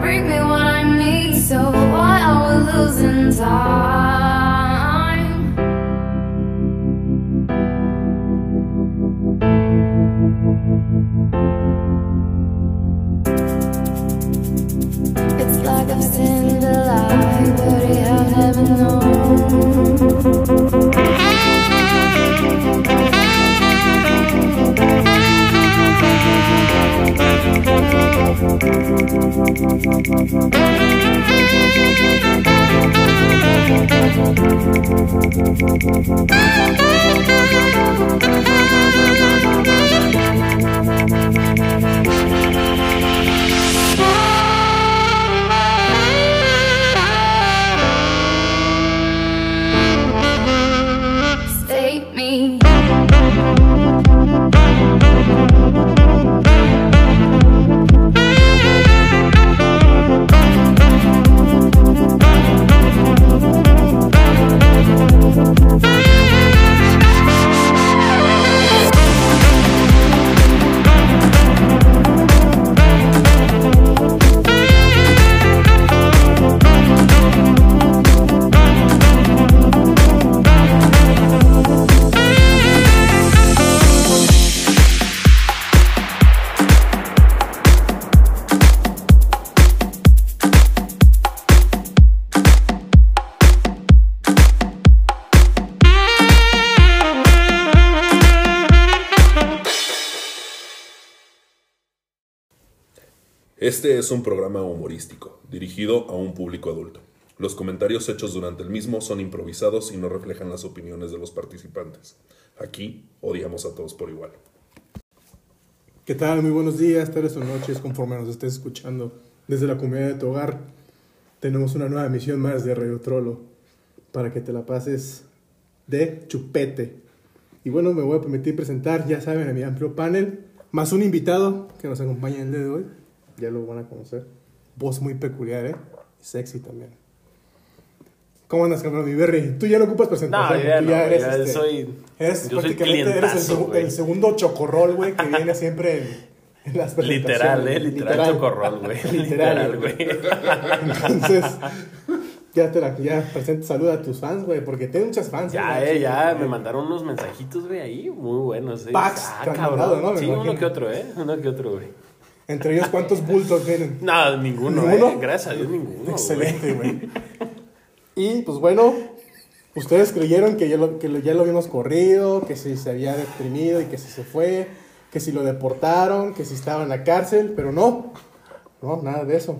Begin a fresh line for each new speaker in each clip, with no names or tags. bring me what I need, so why are we losing time? It's like I've seen the light, but I haven't known. Save me.
Este es un programa humorístico, dirigido a un público adulto. Los comentarios hechos durante el mismo son improvisados y no reflejan las opiniones de los participantes. Aquí odiamos a todos por igual.
¿Qué tal? Muy buenos días, tardes o noches, conforme nos estés escuchando desde la comunidad de tu hogar. Tenemos una nueva emisión más de Radio Trolo para que te la pases de chupete. Y bueno, me voy a permitir presentar, ya saben, a mi amplio panel, más un invitado que nos acompaña el día de hoy. Ya lo van a conocer. Voz muy peculiar, ¿eh? Y Sexy también. ¿Cómo andas, cabrón? Mi Berry, tú ya no ocupas presentación.
No, ya
tú
no, ya
este,
soy-
Eres
yo soy
prácticamente eres el,
clientazo,
segu-
güey.
el segundo chocorrol, güey, que viene siempre en, en las presentaciones.
Literal, eh, literal, chocorrol, güey. Literal, güey.
Entonces, ya te la ya presenta, saluda a tus fans, güey, porque tiene muchas fans.
Ya,
güey,
eh, ya,
güey.
me mandaron unos mensajitos, güey, ahí, muy buenos, eh.
Packs
ah,
te han
cabrón.
mandado, ¿no? Me
sí,
imagino.
uno que otro, eh, uno que otro, güey.
Entre ellos, ¿cuántos bultos vienen?
No, ninguno,
¿Ninguno?
eh, gracias a Dios, ninguno, güey.
Excelente, güey. Y, pues bueno, ustedes creyeron que ya lo, que lo- ya lo habíamos corrido, que si se había deprimido y que si se fue, que si lo deportaron, que si estaba en la cárcel, pero no. No, nada de eso.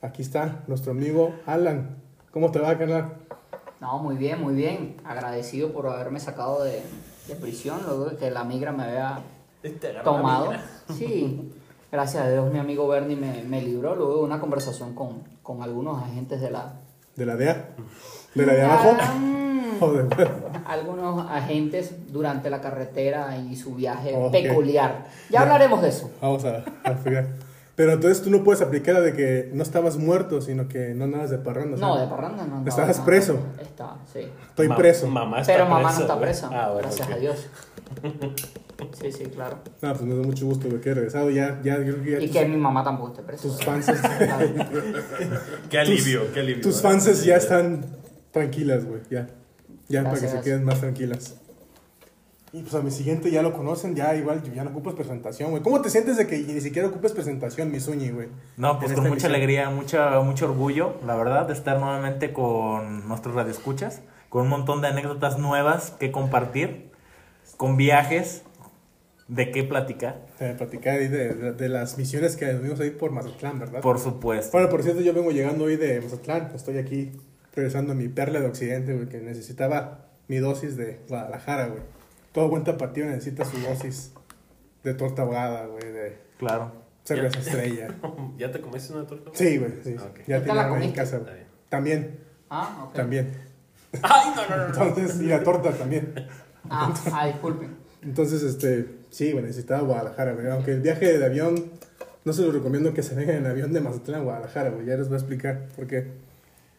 Aquí está nuestro amigo Alan. ¿Cómo te va, canal?
No, muy bien, muy bien. Agradecido por haberme sacado de, de prisión, luego de que la migra me había tomado. Sí, gracias a Dios mi amigo Bernie me, me libró luego de una conversación con, con algunos agentes de la...
¿De la DEA? ¿De la DEA abajo?
Ah.
¿O de
Algunos agentes durante la carretera y su viaje
Ok.
peculiar. Ya hablaremos de eso.
Vamos a, a fregar. Pero entonces tú no puedes aplicar la de que no estabas muerto, sino que no andabas de parranda. o sea,
No, de parranda no. andaba,
Estabas
no.
preso.
Está, sí.
Estoy
Ma-
preso.
Mamá Ah, está
Pero mamá
presa,
no está
güey.
presa,
Ah, bueno,
gracias
ok.
a Dios. Sí, sí, claro.
No, pues me da mucho gusto, güey, que he regresado. Ya, ya, yo creo que ya
Y
tus,
que mi mamá tampoco esté presa.
tus fans,
Qué alivio, qué alivio.
tus fanses ya están tranquilas, güey, ya. Ya para que se
Gracias.
queden más tranquilas. Y pues a mi siguiente ya lo conocen, ya igual ya no ocupas presentación, güey. ¿Cómo te sientes de que ni siquiera ocupes presentación, mi Zúñi, güey?
No, pues
En
con
esta
mucha
emisión.
alegría, mucha, mucho orgullo, la verdad, de estar nuevamente con nuestros radioescuchas, con un montón de anécdotas nuevas que compartir, con viajes, de qué platicar,
Eh, platicar ahí de, de- de las misiones que vimos ahí por Mazatlán, ¿verdad?
por supuesto.
Bueno, por cierto, yo vengo llegando hoy de Mazatlán. Estoy aquí regresando a mi perla de Occidente, güey, que necesitaba mi dosis de Guadalajara, güey. Todo buen tapatío necesita su dosis de torta ahogada, güey, de
Claro.
cerveza estrella.
¿Ya te comiste una torta?
Sí, güey, sí.
Ah, ok.
Ya
¿Ya te
tiene
la
hambre en
comiste?
casa, güey. También,
Ah, ok.
también.
Ay, no, no, no.
Entonces, y la torta también.
Ah, ah, disculpen.
Entonces, este, sí, güey, necesitaba Guadalajara, güey. Aunque el viaje de avión, no se lo recomiendo que se vengan en avión de Mazatlán a Guadalajara, güey. Ya les voy a explicar por qué.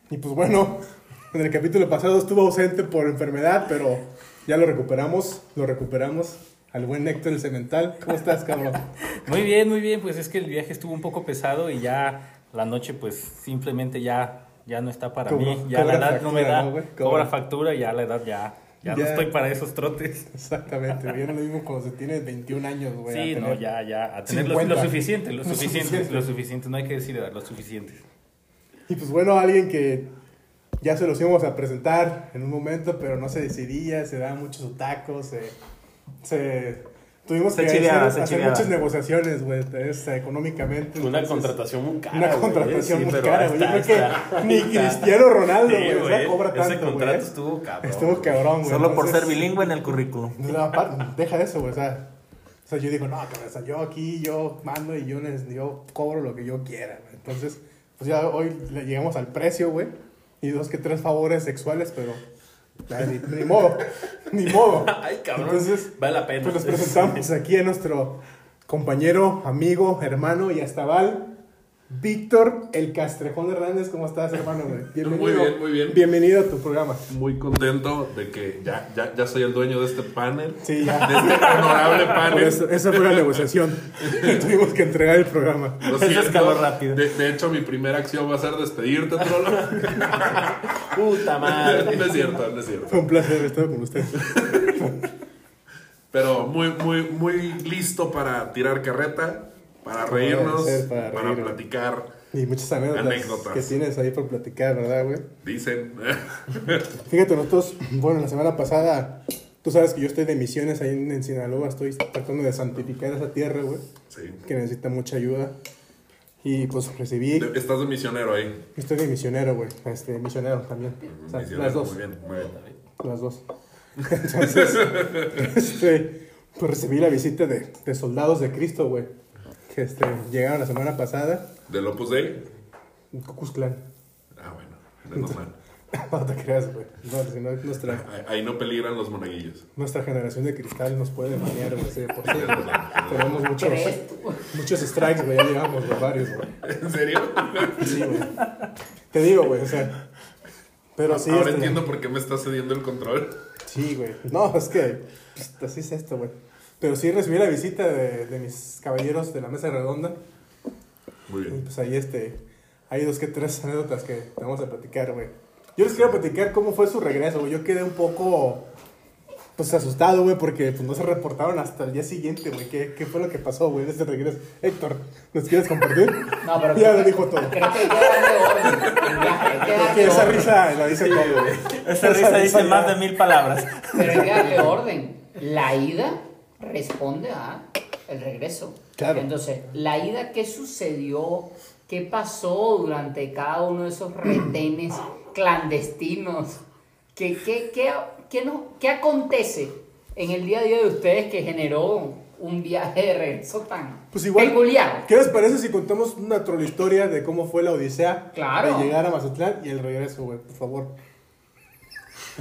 Y pues bueno, en el capítulo pasado estuvo ausente por enfermedad, pero ya lo recuperamos, lo recuperamos. Al buen Héctor el Cemental. ¿Cómo estás, cabrón?
Muy bien, muy bien, pues es que el viaje estuvo un poco pesado y ya la noche pues simplemente ya, ya no está para
Cobra-
mí, ya la
cobra
edad no me
factura,
da,
¿no, güey?
cobra.
Cobra.
factura, ya la edad ya, ya,
Ya.
no estoy para esos trotes.
Exactamente, bien lo mismo cuando se tiene 21 años, güey.
sí,
a
no,
tener-
ya, ya, a tener lo,
50.
lo suficiente, lo
Lo
suficiente,
suficiente.
lo suficiente, no hay que decir edad, lo suficiente.
Y pues bueno, alguien que ya se los íbamos a presentar en un momento, pero no se decidía, se daba muchos tacos, se, se- tuvimos
Se
que
chileaba,
hacer,
se
hacer
chileaba.
muchas negociaciones, güey, es, eh, económicamente.
Una
entonces,
contratación muy cara.
Una
güey,
contratación
sí,
muy
pero
cara,
ahí
güey. Yo
está,
creo que
está,
ni
ahí está.
Cristiano Ronaldo,
Sí,
güey, o sea, cobra
Ese
tanto,
contrato
güey.
estuvo cabrón.
Estuvo
güey.
cabrón, güey.
Solo por
entonces-
ser bilingüe en el currículum.
No, aparte, deja eso, güey, o sea, o sea, yo digo, no, cabrón, o sea, yo aquí, yo mando y yo, les- yo cobro lo que yo quiera, güey. Entonces, pues ya hoy le llegamos al precio, güey, y dos que tres favores sexuales, pero ya, ni, ni modo, ni modo.
Ay, cabrón.
Entonces,
vale la pena.
Pues los presentamos aquí a nuestro compañero, amigo, hermano y hasta Val, Víctor El Castrejón Hernández. ¿Cómo estás, hermano? güey? Bienvenido.
bien, muy bien.
Bienvenido a tu programa.
Muy contento de que ya, ya, ya soy el dueño de este panel.
Sí, ya.
De este honorable
Por
panel.
eso- esa fue la negociación. Tuvimos que entregar el programa.
Lo
Eso
siento.
escaló rápido.
De, de hecho, mi primera acción va a ser despedirte, Trolo.
Puta madre.
no es cierto, no es cierto.
Fue un placer haber estado con ustedes.
Pero muy, muy, muy listo para tirar carreta, para reírnos,
ser, para
para,
reírnos.
platicar.
Y muchas anécdotas,
Anécdotas.
que tienes ahí por platicar, ¿verdad, güey?
Dicen.
Fíjate, nosotros, bueno, la semana pasada, tú sabes que yo estoy de misiones ahí en, en Sinaloa, estoy tratando de santificar esa tierra, güey,
sí.
que necesita mucha ayuda. Y pues recibí,
De- Estás de misionero ahí.
estoy de misionero, güey, este, misionero también. O sea,
Misionero,
las dos.
Muy bien, muy bien.
Las dos. Entonces, este, pues recibí la visita de, de soldados de Cristo, güey. Que este, llegaron la semana pasada.
¿Del Opus Dei?
Cucus Clan.
Ah, bueno. menos mal.
No te creas, güey. No, si no, nuestra,
Ahí- Ahí no peligran los monaguillos.
nuestra generación de cristal nos puede banear, güey. sí, de por sí. Tenemos muchos,
¿Crees tú?
muchos strikes, güey. Ya llevamos güey, varios, güey.
¿En serio?
Sí, güey. Te digo, güey, o sea. Pero sí.
Ahora
este,
entiendo por qué me está cediendo el control.
Sí, güey. No, es que pues, así es esto, güey. Pero sí recibí la visita de, de mis caballeros de la mesa redonda.
Muy
Y
bien.
pues ahí este, hay dos que tres anécdotas que te vamos a platicar, güey. Yo les quiero platicar cómo fue su regreso, güey. Yo quedé un poco, pues, asustado, güey, porque pues, no se reportaron hasta el día siguiente, güey. ¿Qué, qué fue lo que pasó, güey, en ese regreso? Héctor, ¿nos quieres compartir?
No, pero
ya
creo
lo
que-
dijo todo.
Creo que hay que darle orden. El viaje, hay que
Creo
darle
que esa
orden.
risa la dice todo, güey.
Esa risa dice
ya-
más de mil palabras.
Pero hay que darle orden. La ida responde a el regreso.
Claro.
Entonces, la ida, ¿qué sucedió? ¿Qué pasó durante cada uno de esos retenes clandestinos? ¿Qué, qué, qué, qué no- qué acontece en el día a día de ustedes que generó un viaje de regreso tan
Pues igual.
peculiar?
¿Qué les parece si contamos una troll historia de cómo fue la odisea
Claro.
de llegar a Mazatlán y el regreso, güey? Por favor.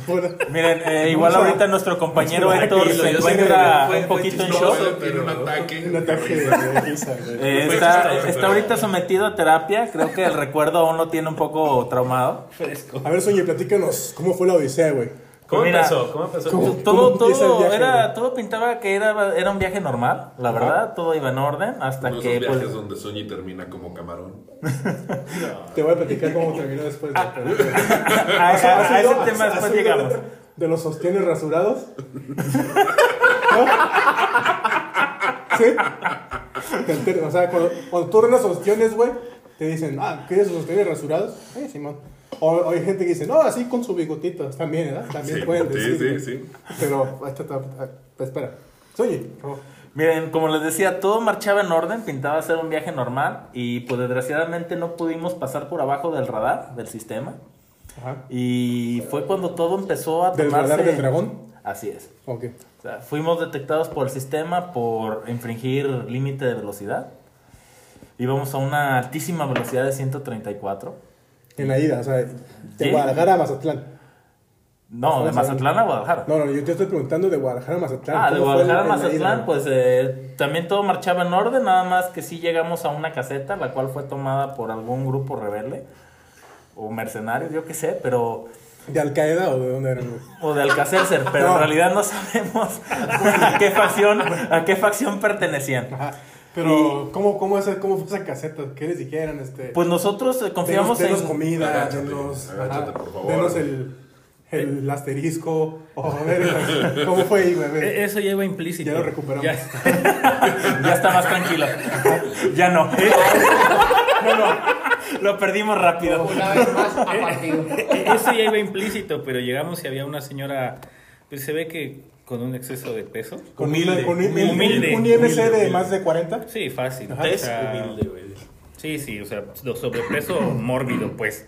Bueno,
Miren, eh, igual
Vamos a-
ahorita nuestro compañero Héctor
tranquilo,
se
yo sé
encuentra
que
un poquito en
No,
shock.
él tiene un ataque.
un ataque de risa, güey.
Eh, está, está ahorita sometido a terapia. Creo que el recuerdo aún lo tiene un poco traumado.
A ver, Soñé, platícanos cómo fue la odisea, güey.
¿Cómo
Pues Mira,
empezó? ¿Cómo empezó?
¿Cómo?
Todo,
empieza el
todo,
viaje,
era,
güey?
todo pintaba que era, era un viaje normal, la verdad. Todo iba en orden hasta
Uno de
que.
esos
pues,
viajes donde Soñi termina como camarón.
Te voy a platicar cómo terminó después.
Ah,
güey.
a, a-
¿Has- has
a ese
oído-
tema
has
después
oído
llegamos.
¿De los sostienes rasurados? ¿No? ¿Sí? Te enter- O sea, cuando, cuando tú arreglas sostiones, güey, te dicen, ah, ¿quieres sostienes rasurados? Eh, Simón. O, o hay gente que dice, no, así con su bigotito. También, ¿verdad? También
Sí,
pueden
sí,
decir.
sí,
güey.
sí.
Pero, ah, está- está- está- espera. Oye, oh,
Miren, como les decía, todo marchaba en orden, pintaba ser un viaje normal. Y pues desgraciadamente no pudimos pasar por abajo del radar del sistema.
ajá.
Y fue cuando todo empezó a
¿Del
tomarse.
radar del dragón?
Así es.
Ok.
O sea, fuimos detectados por el sistema por infringir límite de velocidad. Íbamos a una altísima velocidad de 134.
En la ida, o sea, de
Sí.
Guadalajara a Mazatlán.
No, de
Estamos
Mazatlán a Guadalajara.
No, no, yo te estoy preguntando de Guadalajara a Mazatlán.
Ah,
¿Cómo
de
fue
Guadalajara a
en la ida,
Mazatlán,
güey?
pues eh, también todo marchaba en orden, nada más que sí llegamos a una caseta, la cual fue tomada por algún grupo rebelde o mercenarios, yo qué sé, pero...
¿De Al Qaeda o de dónde eran, güey?
O de Alcácer, pero
No.
en realidad no sabemos a qué facción, a qué facción pertenecían.
Ajá. Pero, ¿cómo, cómo, esa, ¿cómo fue esa caseta? ¿Qué les dijeron? Este,
Pues nosotros eh,
denos,
confiamos
denos
en...
comida,
Agáchate,
denos,
agáchate,
ajá,
por favor.
denos el, el
Eh.
asterisco. O a ver, ¿cómo fue ahí,
E-
bebé?
Eso ya iba implícito.
Ya lo recuperamos.
Ya.
Ya está más tranquilo. ya no. no, no. Lo perdimos rápido.
Una vez más a partido.
E- Eso ya iba implícito, pero llegamos y había una señora, pues se ve que con un exceso de peso.
Con,
humilde,
una- con un- un-
humilde,
un IMC de
humilde.
más de 40.
Sí, fácil.
Ajá.
O
Es
sea,
humilde, güey.
Sí, sí, o sea, lo sobrepeso mórbido, pues.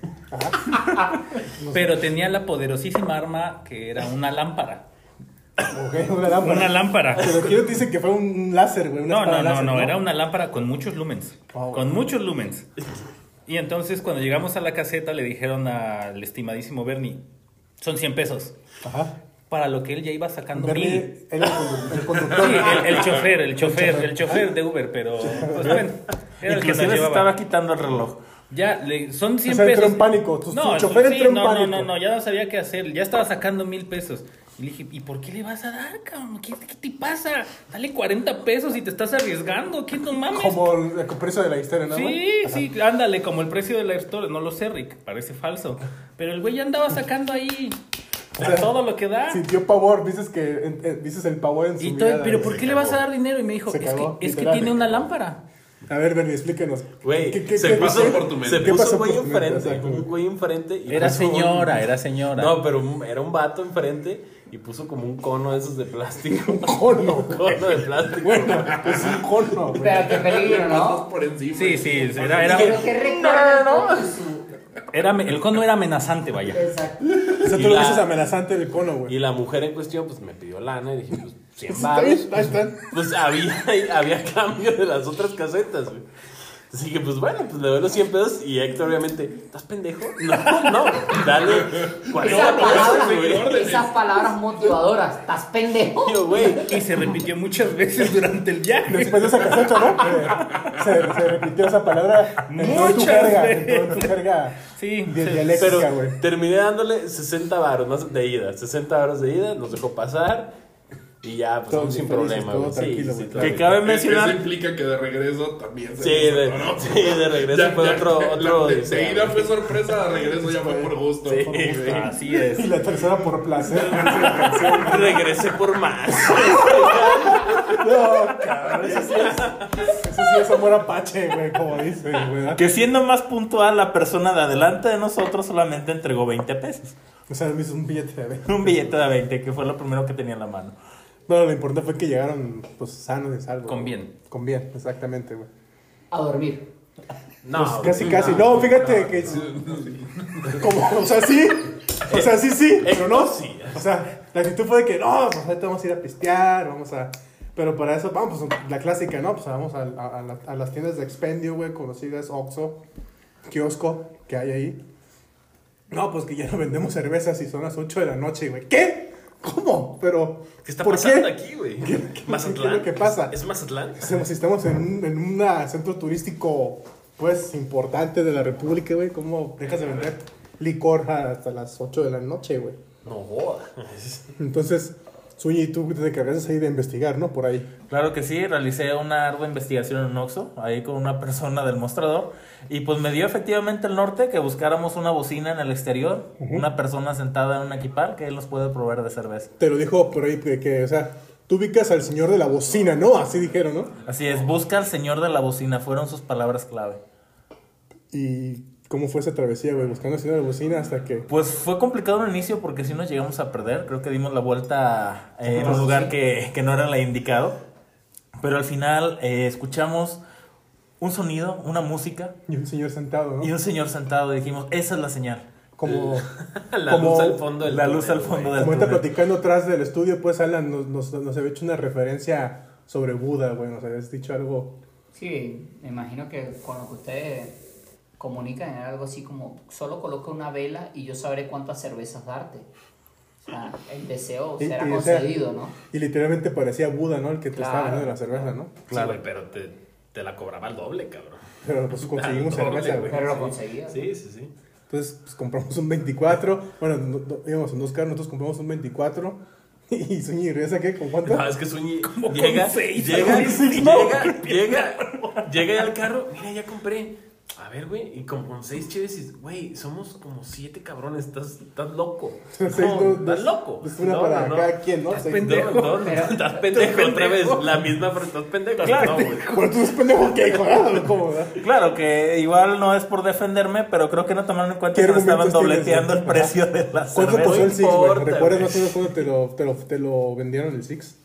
Pero tenía la poderosísima arma que era una lámpara.
Ok, una lámpara.
Una lámpara.
Pero aquí nos dicen que fue un láser, güey. una
No,
espada
no, no,
láser,
no, Oh, era una lámpara con muchos lumens.
Ah, bueno.
Con muchos lumens. Y entonces cuando llegamos a la caseta le dijeron al estimadísimo Bernie, son 100 pesos.
Ajá.
Para lo que él ya iba sacando mil.
Bernie, él era el condu- el conductor.
Sí, el, el chofer, el chofer, el chofer de Uber, pero pues bueno, era el que nos
Inclusive se
llevaba.
estaba quitando el reloj.
Ya, le- son 100
O sea, entró
pesos.
en pánico, tu- tu chofer entró en
no,
pánico.
No, no, no, ya no sabía qué hacer. Ya estaba sacando mil pesos. Y le dije, ¿y por qué le vas a dar, cabrón? ¿Qué, qué te pasa? Dale 40 pesos y te estás arriesgando. ¿Qué no mames?
Como el, el precio de la historia, ¿no? güey?
Sí, sí, ándale, como el precio de la historia. No lo sé, Rick, parece falso. Pero el güey ya andaba sacando ahí a
sea,
todo lo que da.
Sintió pavor, dices que en- en- dices el pavor en su
y todo,
mirada.
pero
güey.
¿por qué le vas a dar dinero? Y me dijo,
Se
es que,
cagó,
es que
literal.
tiene una lámpara.
A ver, Bernie, explícanos.
Güey,
se pasó
qué-
por tu mente.
Se
¿Qué
puso
pasó
un güey
por tu mente? O
enfrente,
sea,
un
como-
güey enfrente. y
Era
puso un-
señora, era señora.
No, pero un- era un vato enfrente y puso como un cono de esos de plástico. Un
cono,
cono de plástico.
Bueno, es un cono, güey.
Pero qué peligro,
Pasas
¿no?
por encima.
Sí, sí, era, era,
Pero qué recuerdo. No, no,
Era, el cono era amenazante,
Eh,
vaya.
Exacto.
O sea,
Y
tú lo
la-
dices amenazante del cono,
Y
güey.
la mujer en cuestión, pues me pidió lana y dije, pues, cien
Está
varos.
bien, Ahí están.
Pues había, había cambio de las otras casetas, güey. Así que, pues bueno, pues le doy los 100 pesos y Héctor, obviamente, ¿estás pendejo? No, no, dale 40
Esas
pesos,
palabras,
güey.
esas palabras motivadoras. ¿Estás pendejo?
Y yo, güey,
Y se repitió muchas veces durante el viaje.
Después de Pues esa caseta, ¿no? Se, se repitió esa palabra. Entró en tu
Muchas
jerga.
veces.
Entró en tu jerga.
Sí,
de-
se-
dialéctica,
pero
güey.
terminé dándole 60 baros más de ida. 60 baros de ida, nos dejó pasar y ya, pues
Todo
vamos sin
sin felices,
problema,
todo
güey. Sí,
tranquilo,
sí,
güey.
claro.
Que cabe
Eso
mencionar...
implica que de regreso también se
Sí,
nos
de,
atoró.
sí, de regreso
Ya-
fue
ya-
otro...
la-
otro
de,
odisea,
de ida
güey.
fue sorpresa, de regreso ya fue por gusto.
Sí,
por gusto.
güey.
Así es.
Y la tercera por placer.
Regresé por más.
No, cabrón. Eso sí es, eso sí es amor apache, güey, como dicen, güey.
Que siendo más puntual, la persona de adelante de nosotros solamente entregó 20 pesos.
O sea, me hizo un billete de 20.
Un billete de 20, que fue lo primero que tenía en la mano.
No, lo importante fue que llegaron, pues, sanos y salvos.
Con
güey.
bien.
Con bien, exactamente, güey.
A dormir.
No,
Pues
güey,
casi, casi. No, fíjate que. Como, o sea, sí. O sea, sí, sí. Pero no.
sí.
O sea, la actitud fue de que no, pues ahorita vamos a ir a pistear, vamos a. Pero para eso, vamos, pues, la clásica, ¿no? Pues vamos a, a- a la- a las tiendas de expendio, güey, conocidas, Oxxo, kiosco que hay ahí. No, pues que ya no vendemos cervezas y son las 8 de la noche, güey. ¿Qué? ¿Cómo? Pero.
¿Qué está
¿por
pasando aquí, güey?
¿Qué- qué-
¿Mazatlán?
qué es lo que pasa?
¿Es Mazatlán?
Estamos- Si estamos en un en una centro turístico, pues, importante de la República, güey, ¿cómo dejas de vender licor hasta las 8 de la noche, güey?
No joda.
Entonces, Zuñi, tú te encargas ahí de investigar, ¿no? Por ahí.
Claro que sí, realicé una ardua investigación en Oxxo, ahí con una persona del mostrador, y pues me dio efectivamente el norte que buscáramos una bocina en el exterior, una persona sentada en un equipal que él nos puede proveer de cerveza.
Te lo dijo por ahí que, que, o sea, tú ubicas al señor de la bocina, ¿no? Así dijeron, ¿no?
Así es, busca al señor de la bocina, fueron sus palabras clave.
Y cómo fue esa travesía, güey, buscando al señor de la bocina hasta que...
Pues fue complicado un inicio porque si nos llegamos a perder, creo que dimos la vuelta eh, en un lugar que, que no era la indicado, pero al final eh, escuchamos un sonido, una música
Y un señor sentado,
y
¿no?
un señor sentado y dijimos, esa es la señal.
Como...
La
Como-
luz al fondo del
La luz
túnel,
al fondo
güey.
del
Como está
túnel.
platicando atrás del estudio, pues Alan nos, nos, nos había hecho una referencia sobre Buda, güey, nos habías dicho algo...
Sí, me imagino que con lo que ustedes comunican era algo así como solo coloca una vela y yo sabré cuántas cervezas darte. O sea, el deseo
Y-
será
y, o sea,
concedido, ¿no?
Y literalmente parecía Buda, ¿no? El que te
Claro.
estaba dando la cerveza, ¿no?
Claro, güey, pero te, te la cobraba al doble, cabrón.
Pero pues conseguimos
Al doble,
cerveza, güey.
Pero lo conseguía.
Sí, sí, sí.
Entonces pues, compramos un 24. Bueno, no- no- íbamos en dos carros, nosotros compramos un 24. ¿Y Zúñiga y Rivera saqué con cuánto?
No, es que Zúñi
con
llega,
seis,
llega,
algo así, ¿no?
llega, llega, llega ya al carro, mira, ya compré. A ver, güey, y como con seis chéves, dices, güey, somos como siete cabrones, estás, estás loco. No,
Seis, dos-
estás
dos-
loco.
Es una
No,
para
no, no.
cada quien, ¿no?
Estás
Seis-
pendejo.
No, no, no,
Pero-
estás pendejo otra vez, la misma frase, estás pendejo. No, güey.
Bueno, tú eres pendejo que hijo, ¿eh? ¿Cómo, verdad?
Claro que igual no es por defenderme, pero creo que no tomaron en cuenta
¿Qué
que me estaban
argumentos tienes,
dobleteando
güey?
el precio de la
¿Cuánto
por-
cerveza.
costó el Six, güey?
importa,
¿Recuerdas
güey.
más o menos cuándo te lo, te, lo, te lo vendieron el Six?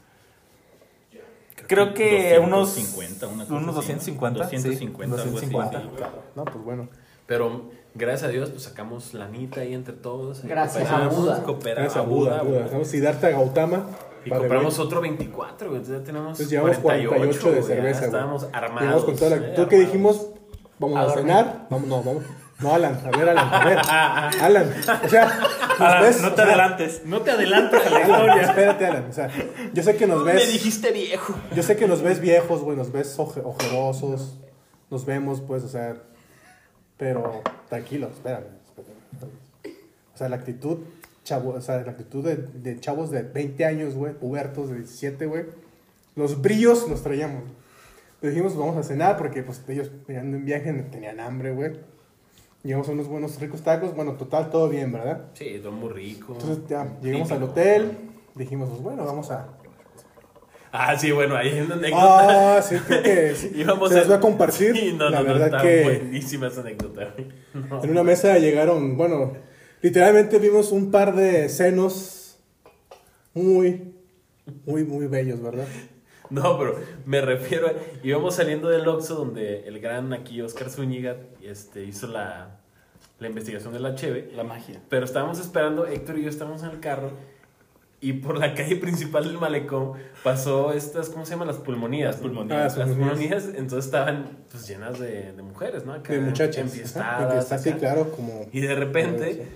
Creo que unos
250, una cosa
unos
así, ¿no?
250, sí,
250, algo así,
250.
sí.
No, pues bueno.
Pero gracias a Dios, pues sacamos lanita ahí entre todos. ahí
Gracias a
cooperamos,
Buda.
coopera-
Gracias
a
a Buda,
Buda,
Buda.
güey.
Vamos a Siddhartha Gautama.
Y
Vale,
compramos
güey.
otro 24, güey. Entonces ya tenemos
Entonces llevamos 48, de
güey,
cerveza,
Ya
güey.
estábamos armados.
Llegamos con toda la...
eh,
¿Tú qué
armados.
dijimos? Vamos a, cenar. Vamos, no, vamos. No, Alan, a ver, Alan, a ver. Alan, o sea, nos
Alan,
ves,
Ah, no
o
te
sea,
adelantes.
No te adelantes a la
Alan,
historia.
espérate, Alan. O sea, yo sé que nos
Me
ves.
dijiste viejo.
Yo sé que nos ves viejos, güey, nos ves oje- ojerosos. Nos vemos, pues, o sea. Pero tranquilo, espérame. espérame. O sea, la actitud, chavo, o sea, la actitud de, de chavos de 20 años, güey, pubertos de 17, güey. Los brillos los traíamos. Le dijimos, vamos a cenar porque, pues, ellos venían de un viaje, tenían hambre, güey. Llegamos a unos buenos ricos tacos. Bueno, total, todo bien, ¿verdad?
Sí, todo muy rico.
Entonces, ya llegamos al hotel. Dijimos, pues, bueno, vamos a,
Ah, sí, bueno, ahí es una anécdota.
Ah, sí, creo que sí.
Íbamos
Se las
en-
voy a compartir.
Sí, no,
la
no, no,
verdad
está
que
buenísima esa anécdota. güey. No.
en una mesa llegaron, bueno, literalmente vimos un par de senos muy, muy, muy bellos, ¿verdad?
No, pero me refiero a, íbamos saliendo del Oxxo donde el gran aquí Oscar Zúñiga este, hizo la, la investigación de la Cheve.
La magia.
Pero estábamos esperando, Héctor y yo estábamos en el carro y por la calle principal del malecón pasó estas, ¿cómo se llaman? Las pulmonías. Las
Ah, las
pulmonías. las
pulmonías.
pulmonías, entonces estaban pues llenas de, de mujeres, ¿no? Acá,
De muchachas. ¿eh?
Enfiestadas.
Ajá, enfiestadas, sí,
acá.
claro, como.
Y de repente,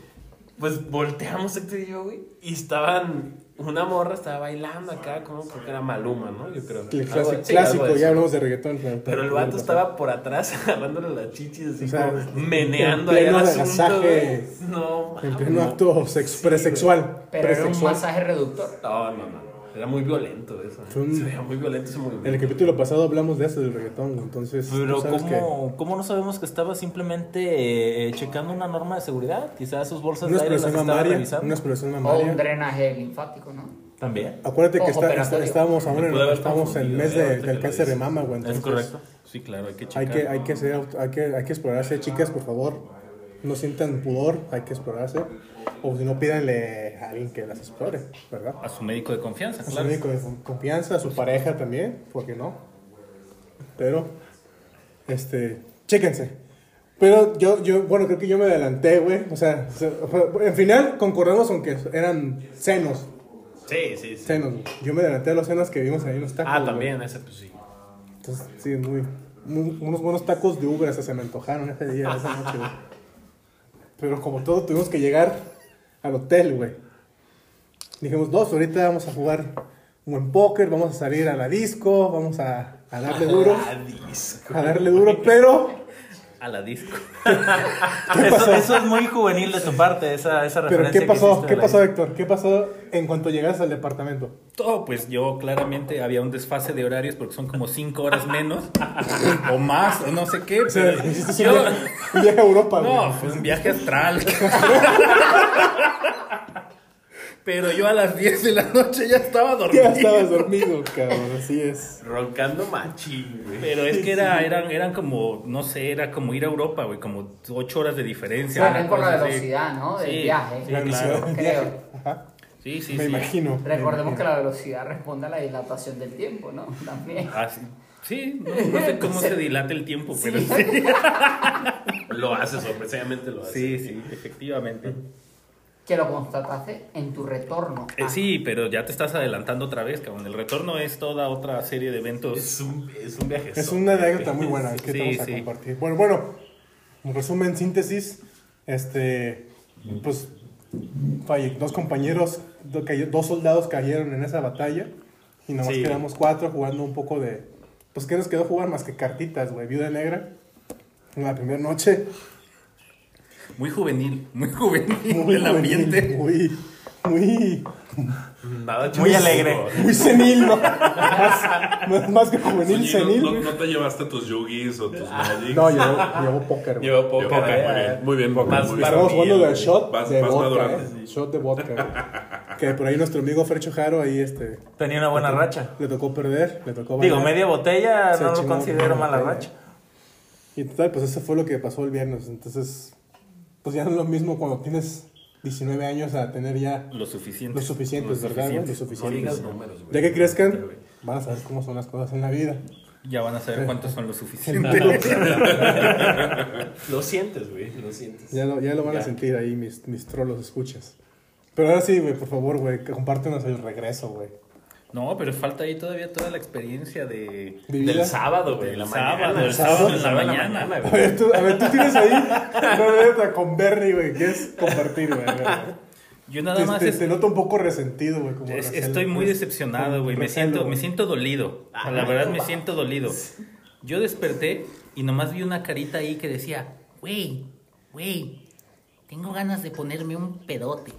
pues volteamos Héctor y yo, güey, y estaban... Una morra estaba bailando acá, como creo que era Maluma, ¿no? Yo creo.
El
Algo-
clásico,
sí, algo
clásico,
de eso.
ya hablamos de reggaetón.
Pero el vato estaba por atrás agarrándole las chichis, así
O sea,
como meneando
en
ahí al
pleno
asunto.
agasaje,
güey. No,
En
mames,
pleno
no.
acto sex- presexual.
Pero era un
presexual.
masaje reductor.
No, no, no. Era muy violento eso. ¿eh?
Fue un-
Se veía muy violento ese movimiento.
En el capítulo pasado hablamos de eso, del reggaetón, entonces. tú
Pero
sabes que-
¿cómo, cómo no sabemos que estaba simplemente eh, eh, checando una norma de seguridad? Quizás sus bolsas
Una
de aire las
explosión
estaba
mamaria.
revisando.
Una explosión
O
mamaria.
Oh, un drenaje linfático, ¿no?
También.
Acuérdate que
Ojo,
está-
operatorio.
está- estábamos aún en,
Puede haber
estamos en el mes de-
confundido, ¿eh? Ahorita que
del
lo
cáncer de
dices.
mama, güey.
Es
entonces
correcto.
Sí, claro, hay que checar.
Hay que, hay, que ser, aut- hay, que, hay que explorarse, chicas, por favor. No sientan pudor, hay que explorarse. O si no, pídanle a alguien que las explore, ¿verdad?
A su médico de confianza,
A su
claro.
médico de con- confianza, a su pareja también, ¿por qué no? Pero, este, chéquense. Pero yo, yo, bueno, creo que yo me adelanté, güey. O sea, se- fue- en final concordamos aunque eran senos,
Sí, sí, sí.
senos. güey. Yo me adelanté a los senos que vimos ahí en los tacos.
Ah,
güey.
también, ese pues sí.
Entonces, sí, muy, muy- unos buenos tacos de ubre, hasta se me antojaron ese día, esa noche, güey. Pero como todo, tuvimos que llegar al hotel, güey. Dijimos, dos, ahorita vamos a jugar un buen póker, vamos a salir a la disco, vamos a, a darle duro,
A disco.
a darle duro, pero...
A la disco.
Eso,
pasó?
eso es muy juvenil de tu parte, esa, esa
¿Pero
referencia.
qué
que
pasó?
hiciste
¿Qué
de la
pasó,
vida.
Héctor? ¿Qué pasó en cuanto llegaste al departamento?
Todo, pues yo claramente había un desfase de horarios porque son como cinco horas menos o más, o no sé qué.
O sea,
pero
hiciste
yo-
un viaje, un viaje a Europa, güey.
No,
pues,
fue un viaje astral. Pero yo a las 10 de la noche ya estaba dormido.
Ya estabas dormido, cabrón, así es.
Roncando machín, güey.
Pero es que era, eran, eran como, no sé, era como ir a Europa, güey, como ocho horas de diferencia.
También
una
por la
pues,
cosa así.
velocidad, ¿no? Del
Sí,
viaje.
sí,
La
claro.
velocidad del
Creo.
viaje. Ajá.
Sí, sí,
me
sí.
imagino. me
Recordemos que
imagino.
la velocidad responde a la dilatación del tiempo, ¿no? También.
Ah, sí. Sí, no, no sé cómo se dilata el tiempo, pero sí.
Lo hace, sorpresivamente lo hace.
Sí, sí, efectivamente.
Ah.
Que lo constataste en tu retorno.
Eh, sí, pero ya te estás adelantando otra vez, cabrón. El retorno es toda otra serie de eventos.
Es un, es un viaje.
Es una anécdota muy buena que
Sí,
te vamos a
sí.
compartir. Bueno, bueno, en resumen, síntesis, este, pues, falle- dos compañeros, do- cayó- dos soldados cayeron en esa batalla y nomás
Sí.
quedamos cuatro jugando un poco de, pues, ¿qué nos quedó jugar más que cartitas, güey? Viuda Negra, en la primera noche.
Muy juvenil, muy juvenil
Muy
el ambiente.
juvenil, Muy, muy,
Nada
Muy alegre.
muy senil, ¿no? Más, más- más que
Oye,
juvenil,
¿no-
senil.
no,
güey.
no te llevaste tus yugis o
Ah,
tus magics?
No, llevó, llevó póker. güey.
Llevó
Yo-
poca.
ok, muy
eh.
bien, muy bien, muy
Más-
bien.
más-
Estamos jugando
Barbilla,
del shot
vas-
de
vas
vodka,
madurando.
¿eh? Shot de vodka. güey. Que por ahí nuestro amigo Fercho Jaro ahí este,
Tenía una buena racha.
le tocó perder, le tocó
Digo,
bailar.
media botella
Se
no lo
chingó una
considero mala
botella.
racha.
Y total, pues eso fue lo que pasó el viernes. Entonces, pues ya no es lo mismo cuando tienes 19 años a tener ya
Lo suficiente.
los suficientes, ¿verdad? güey? Los
No digas
suficientes.
números, güey.
Ya que crezcan, van a saber cómo son las cosas en la vida.
Ya van a saber cuántos son los suficientes.
Lo sientes, güey, lo sientes.
Ya lo, ya lo van a sentir ahí mis, mis trolos escuchas. Pero ahora sí, güey, por favor, güey, que compártenos el regreso, güey.
No, pero falta ahí todavía toda la experiencia de.
¿Vivida?
Del sábado, güey, en la
sábado,
mañana.
el sábado en la
sábado
mañana,
A
güey.
ver, tú, a ver, tú tienes ahí una neta con Bernie, güey, que es compartir, güey. a ver, güey.
Yo nada
Te-
más.
te,
es-
te noto un poco resentido, güey. como
es-
recelo,
estoy muy
pues,
decepcionado,
con
güey. Me
recelo,
siento, me
güey.
siento dolido. La verdad, me siento dolido. Yo desperté y nomás vi una carita ahí que decía: Güey, güey, tengo ganas de ponerme un pedote.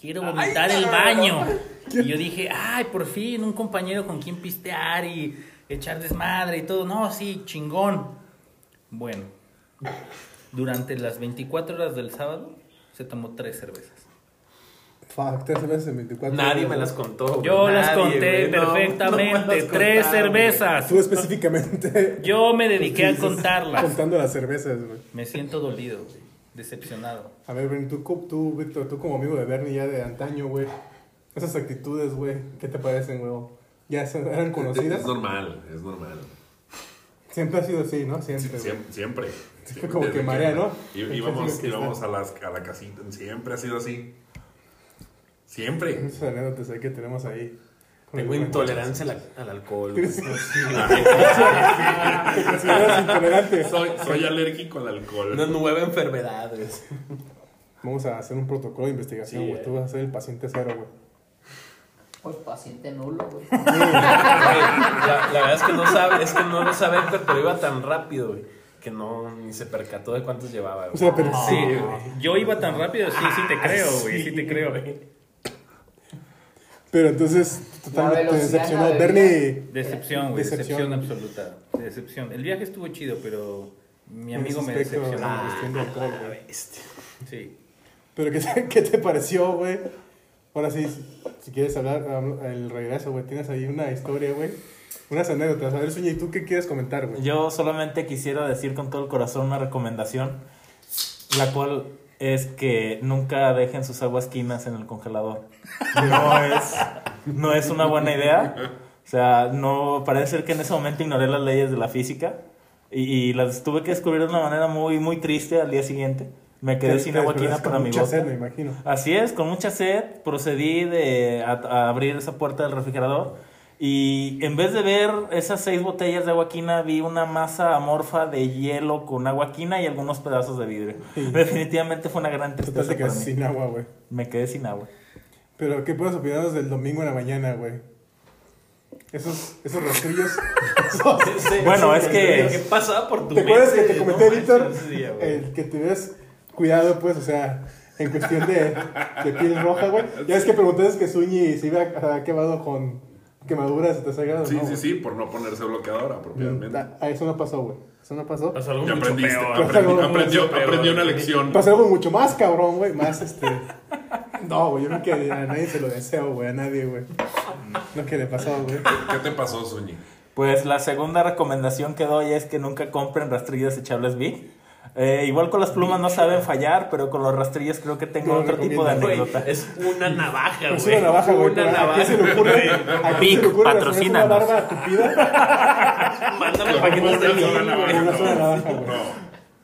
Quiero vomitar el baño. Y yo dije: Ay, por fin, un compañero con quien pistear y echar desmadre y todo. No, sí, chingón. Bueno, durante las 24 horas del sábado se tomó tres cervezas.
Fuck, tres cervezas en 24
Nadie
horas,
me
güey.
las contó, güey.
Yo las
Nadie,
conté
güey, no,
perfectamente.
no me las
tres
contaron,
cervezas.
Tú específicamente.
Yo me dediqué a
Sí, sí, sí.
contarlas.
Contando las cervezas, güey.
Me siento dolido, güey. decepcionado.
A ver, Bernie, tú, co- tú, Víctor, tú como amigo de Bernie ya de antaño, güey. Esas actitudes, güey, ¿qué te parecen, güey? ¿Ya se- eran conocidas?
Es normal, es normal.
Siempre ha sido así, ¿no? Siempre, güey.
Siem- Siempre. siempre.
como que
Desde
marea, ¿no?
I-
El
Íbamos,
clásico que
íbamos a, las, a la casita, siempre ha sido así. Siempre.
Esas anécdotas ahí que tenemos ahí. Con
Tengo
el-
intolerancia al, al alcohol. güey.
Te consideras intolerante.
Soy, soy alérgico al alcohol.
Una nueva enfermedad, güey.
Vamos a hacer un protocolo de investigación,
Sí,
güey.
eh.
Tú vas a ser el paciente cero, güey.
Pues paciente nulo, güey.
Güey, La, la verdad es que no sabe, es que no lo sabe Héctor, pero iba tan rápido, güey, que no ni se percató de cuántos
O
llevaba, güey.
sea, pero
Ah.
Sí, güey. yo iba tan rápido, sí, sí te creo, güey, sí te creo.
Pero entonces, totalmente te
velocidad
decepcionó.
en la
Bernie,
Decepción, güey,
Decepción.
decepción absoluta, decepción. El viaje estuvo chido, pero mi
en ese
amigo me
aspecto, en
decepcionó.
cuestión de alcohol, güey.
Este,
Sí.
Pero ¿qué te, qué te pareció, güey? Ahora sí, si- si quieres hablar am- el regreso, güey, tienes ahí una historia, güey. Unas anécdotas. A ver, Suña, ¿y tú qué quieres comentar, güey?
Yo solamente quisiera decir con todo el corazón una recomendación, la cual es que nunca dejen sus aguas quinas en el congelador. No es, no es una buena idea. O sea, no parece ser que en ese momento ignoré las leyes de la física y, y las tuve que descubrir de una manera muy, muy triste al día siguiente. Me quedé
Te-
sin
te
agua
despertaste
quina
con
para mi
mucha
vodka.
sed, me imagino.
Así es, con mucha sed procedí de a, a abrir esa puerta del refrigerador y en vez de ver esas seis botellas de agua quina vi una masa amorfa de hielo con agua quina y algunos pedazos de vidrio. Definitivamente fue una gran
Total,
tristeza
te
para mí.
quedas sin agua, güey.
Me quedé sin agua.
Pero, ¿qué puedes opinarnos del domingo en la mañana, güey? Esos, esos rastrillos. esos-
Bueno, es que-
¿Qué pasaba por tu
¿Te acuerdas que
mente?
te comenté,
No
Víctor?
manches, ese día, güey.
El que tuvieras cuidado, pues, o sea, en cuestión de, de piel roja, güey. Ya es que preguntaste que Suñi se iba a quemado con quemaduras de tercer grado,
Sí,
¿no,
sí,
güey?
sí, por no ponerse bloqueador apropiadamente.
Ah, eso no pasó, güey. Eso no pasó.
Pasó algo
Ya
mucho
aprendiste,
peor.
Pasa algo
aprendi- aprendió,
mucho peor.
aprendió una lección.
Pasó algo mucho más cabrón, güey. Más este. No, güey, yo no que a nadie se lo deseo, güey. A nadie, güey. No que le pasó, güey.
¿Qué te pasó, Suñi?
Pues la segunda recomendación que doy es que nunca compren rastrillos desechables Big. Eh, igual con las plumas no saben fallar, pero con los rastrillos creo que tengo
No
otro tipo de
recomiendas,
Güey,
anécdota.
es una navaja, güey.
Es una navaja, güey.
Una
pero ¿A quién se
navaja.
le ocurre? ¿A quién se le ocurre
Vic,
hacer una
patrocínanos.
barba tupida?
Mándame para que no esté
Una sola
bien,
navaja,
güey.
Una sola
no.
navaja, güey.
No.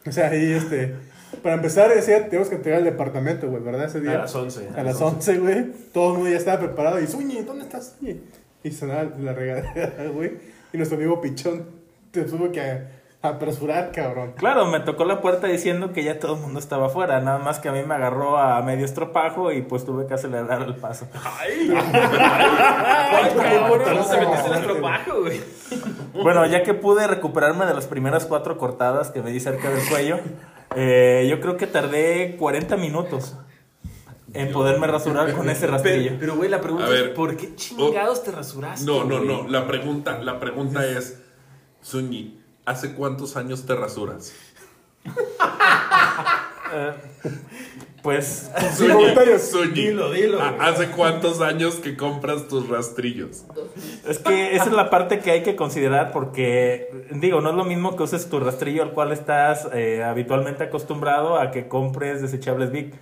O sea, ahí este. Para empezar, ese día tenemos que entregar el departamento, güey, ¿verdad? Ese día.
A las 11.
A las 11, güey. Todo el mundo ya estaba preparado. Y Suñi, ¿dónde estás, Suñi? Y sonaba la regadera, güey. Y nuestro amigo Pichón te tuvo que apresurar, cabrón.
Claro, me tocó la puerta diciendo que ya todo el mundo estaba afuera, nada más que a mí me agarró a medio estropajo y pues tuve que acelerar el paso.
Ay, cabrón,
Ay,
no se metiste en
cabrón.
el estropajo, güey.
Bueno, ya que pude recuperarme de las primeras cuatro cortadas que me di cerca del cuello, Eh, yo creo que tardé 40 minutos en poderme rasurar con ese rastrillo.
Pero, pero, güey, la pregunta
A ver.
es: ¿por qué chingados
oh,
te rasuraste?
No, no,
güey?
no. La pregunta, la pregunta es, Zungi, ¿hace cuántos años te rasuras?
Pues
Zungi,
voluntario.
Zungi,
Dilo, dilo,
¿ha-
güey.
¿hace cuántos años que compras tus rastrillos?
es que esa es la parte que hay que considerar porque, digo, no es lo mismo que uses tu rastrillo al cual estás eh, habitualmente acostumbrado a que compres desechables Big.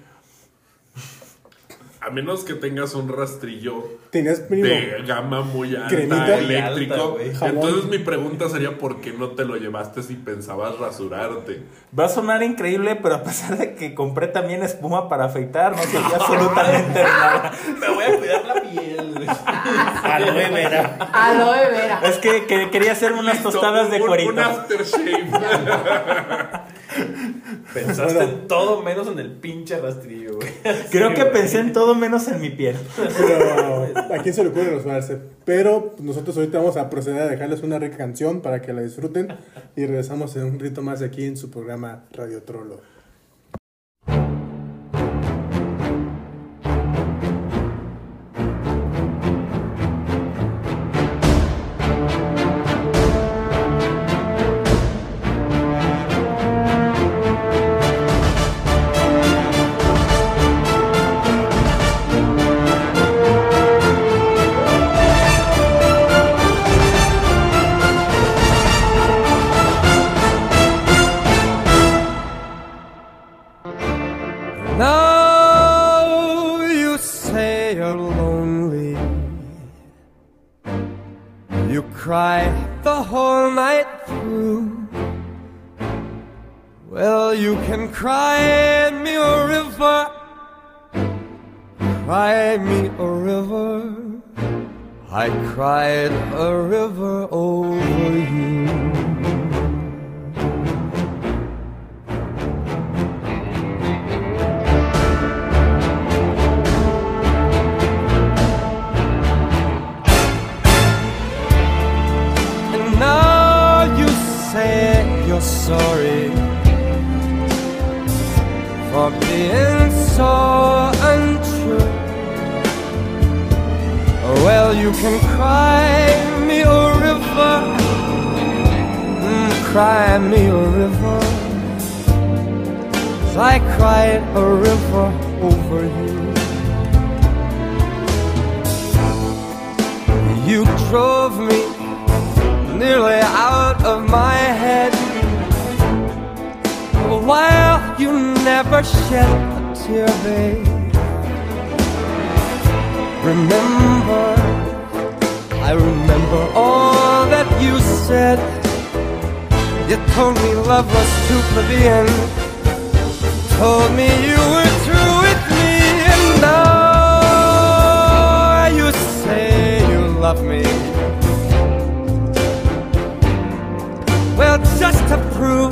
A menos que tengas un rastrillo
Tenías mínimo.
de gama muy alta,
Cremita.
Alta,
eléctrico.
güey.
Entonces
Jabón.
mi pregunta sería ¿por qué no te lo llevaste si pensabas rasurarte?
Va a sonar increíble, pero a pesar de que compré también espuma para afeitar, no servía absolutamente nada.
Me voy a cuidar la piel, güey.
Aloe vera.
Aloe vera.
Es que, que quería hacerme unas tostadas de
Un-
cuerito.
Un aftershave.
Pensaste
Bueno.
en todo menos en el pinche rastrillo, güey.
Creo que pensé en todo menos en mi piel.
Pero, ¿A quién se le ocurre rasurarse? Pero nosotros ahorita vamos a proceder a dejarles una rica canción para que la disfruten y regresamos en un rito más aquí en su programa Radio Trollo.
Now you say you're lonely. You cry the whole night through. Well, you can cry me a river. Cry me a river. I cried a river over you. And now you say you're sorry for being so untrue. Well, you can cry me a river, mm, cry me a river. 'Cause I cried a river over you. You drove me nearly out of my head. While you never shed a tear, babe. Remember, I remember all that you said. You told me love was Superman. Told me you were through with me, and now you say you love me. Well, just to prove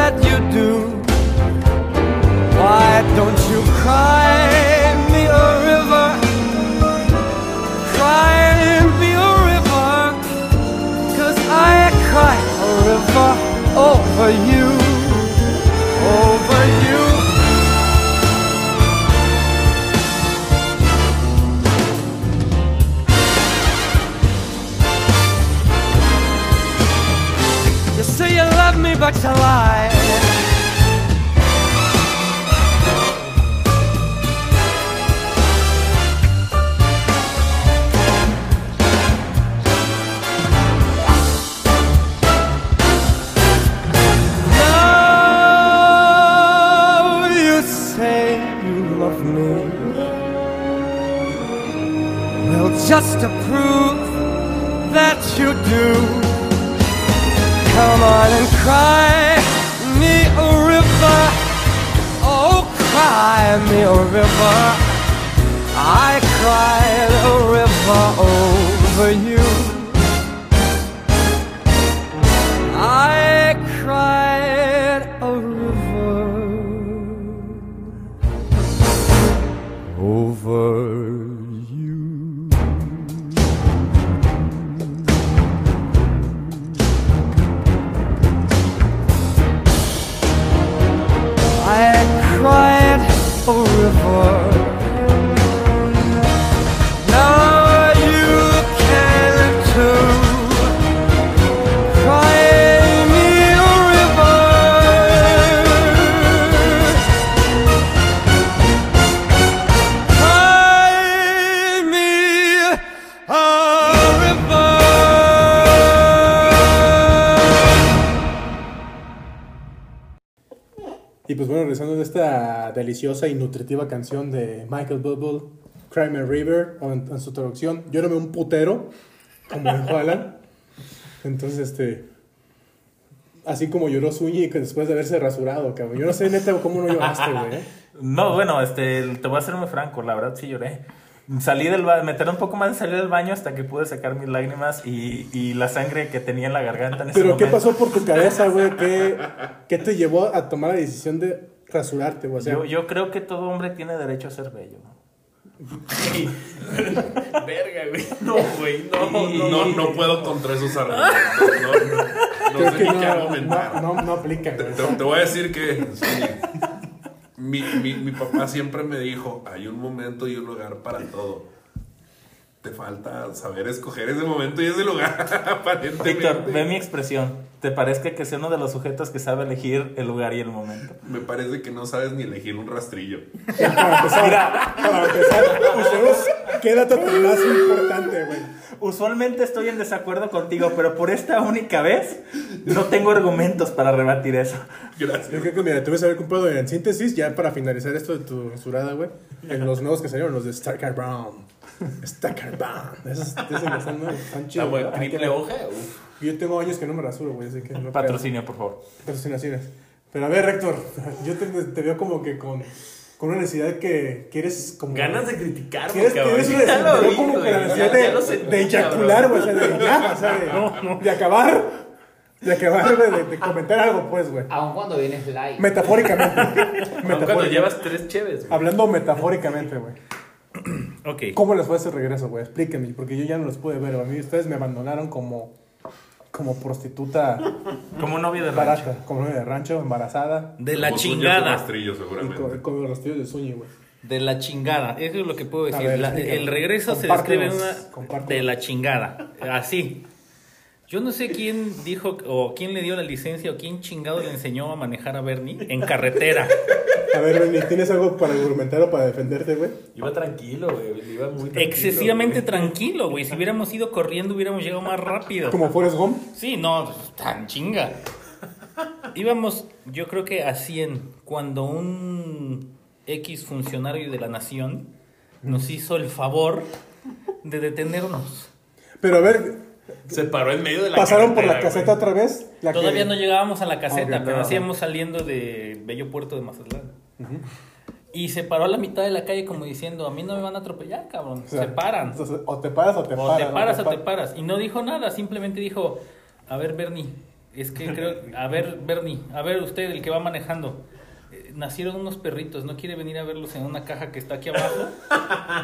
that you do, why don't you cry me a river? Cry me a river, cause I cry a river over you, over you. You say you love me, but you lie. Now you say you love me. Well, Just to prove that you do. Come on and cry me a river. Oh, cry me a river. I cried a river over you. I cried a river over you.
Now
a river. Now you can too. Cry me a river. Cry me a river.
Y pues bueno, regresando de esta deliciosa y nutritiva canción de Michael Bublé, Crime and River, o en, en su traducción, Llórame un putero, como dijo Alan. Entonces, este. Así como lloró Zúñiga después de haberse rasurado, cabrón. Yo no sé, neta, cómo no lloraste, güey. ¿eh?
No, bueno, este, te voy a ser muy franco, la verdad sí lloré. Salí del baño, me tardé un poco más en salir del baño hasta que pude sacar mis lágrimas y, y la sangre que tenía en la garganta en ese
Pero, ¿qué
momento.
pasó por tu cabeza, güey? ¿Qué, ¿Qué te llevó a tomar la decisión de rasurarte, güey? O sea,
yo, yo creo que todo hombre tiene derecho a ser bello.
Verga, güey. No, güey, no, no.
No, no puedo contra esos argumentos. No, no, no
creo
sé
que
ni qué
no,
argumentar.
no, no, no aplica,
Te,
güey.
te- te voy a decir que sí, mi, mi- mi papá siempre me dijo, hay un momento y un lugar para todo. Te falta saber escoger ese momento y ese lugar, aparentemente.
Víctor, ve mi expresión. ¿Te parece que sea uno de los sujetos que sabe elegir el lugar y el momento?
Me parece que no sabes ni elegir un rastrillo.
Para
Pues
empezar, para empezar, ustedes, ¿qué dato tan más importante, güey?
Usualmente estoy en desacuerdo contigo, pero por esta única vez no tengo argumentos para rebatir eso.
Yo
Gracias.
creo que, mira, te voy a haber comprado en síntesis, ya para finalizar esto de tu rasurada, güey, en los nuevos que salieron, los de Starker Brown. Starker Brown. Esos, esos que están, ¿no? Están
Ah,
chidos,
güey,
¿verdad?
triple hoja. uf.
Yo tengo años que no me rasuro, güey, así que no
Patrocinio, por favor.
pedo. Patrocinaciones. Pero a ver, Héctor, yo te, te veo como que con, con una necesidad que quieres como...
Ganas de criticarme,
Tienes,
cabrón.
tienes una
Ya lo
sensación
vi,
como que
güey,
la
ya-
necesidad
ya lo
de,
sentí,
de eyacular, güey. O sea, de ya, o sea, de, de acabar. De acabar, güey, de, de comentar algo, pues, güey.
Aun cuando vienes light.
Metafóricamente.
cabrón. Aun cuando
Metafóricamente.
llevas tres cheves, güey.
Hablando metafóricamente, güey.
Ok.
¿Cómo les fue ese regreso, güey? Explíquenme, porque yo ya no los pude ver. A mí ustedes me abandonaron como, como prostituta
Como novia de rancho.
barata, como novia de rancho, embarazada.
De la
Como sueño con
chingada.
rastrillo,
Y con,
seguramente.
con los rastrillos de Zúñiga, güey.
De la chingada, eso es lo que
A
puedo decir.
ver,
La-
explícame.
el regreso se describe
Compártenos,
en una
compártenos.
de la chingada, así. Yo no sé quién dijo o quién le dio la licencia o quién chingado le enseñó a manejar a Bernie en carretera.
A ver, Benny, ¿tienes algo para argumentar o para defenderte, güey?
Iba tranquilo, güey. Iba muy tranquilo.
Excesivamente
güey.
tranquilo, güey. Si hubiéramos ido corriendo hubiéramos llegado más rápido.
Como Forrest Gump.
Sí, no, tan chinga. Íbamos, yo creo que a 100, cuando un X funcionario de la nación nos hizo el favor de detenernos.
Pero a ver,
Se paró en medio de la
pasaron por la
carretera,
caseta otra vez. La que-
Todavía no llegábamos a la
Ok,
caseta, pero
claro.
hacíamos saliendo de Bello Puerto de Mazatlán. Y se paró a la mitad de la calle como diciendo, a mí no me van a atropellar, cabrón.
O sea,
se paran.
entonces, O te paras o te
o
paras.
te paras o te
pa-
paras. Y no dijo nada, simplemente dijo, a ver, Bernie, es que creo, a ver, Bernie, a ver usted, el que va manejando. eh, Nacieron unos perritos, no quiere venir a verlos en una caja que está aquí abajo.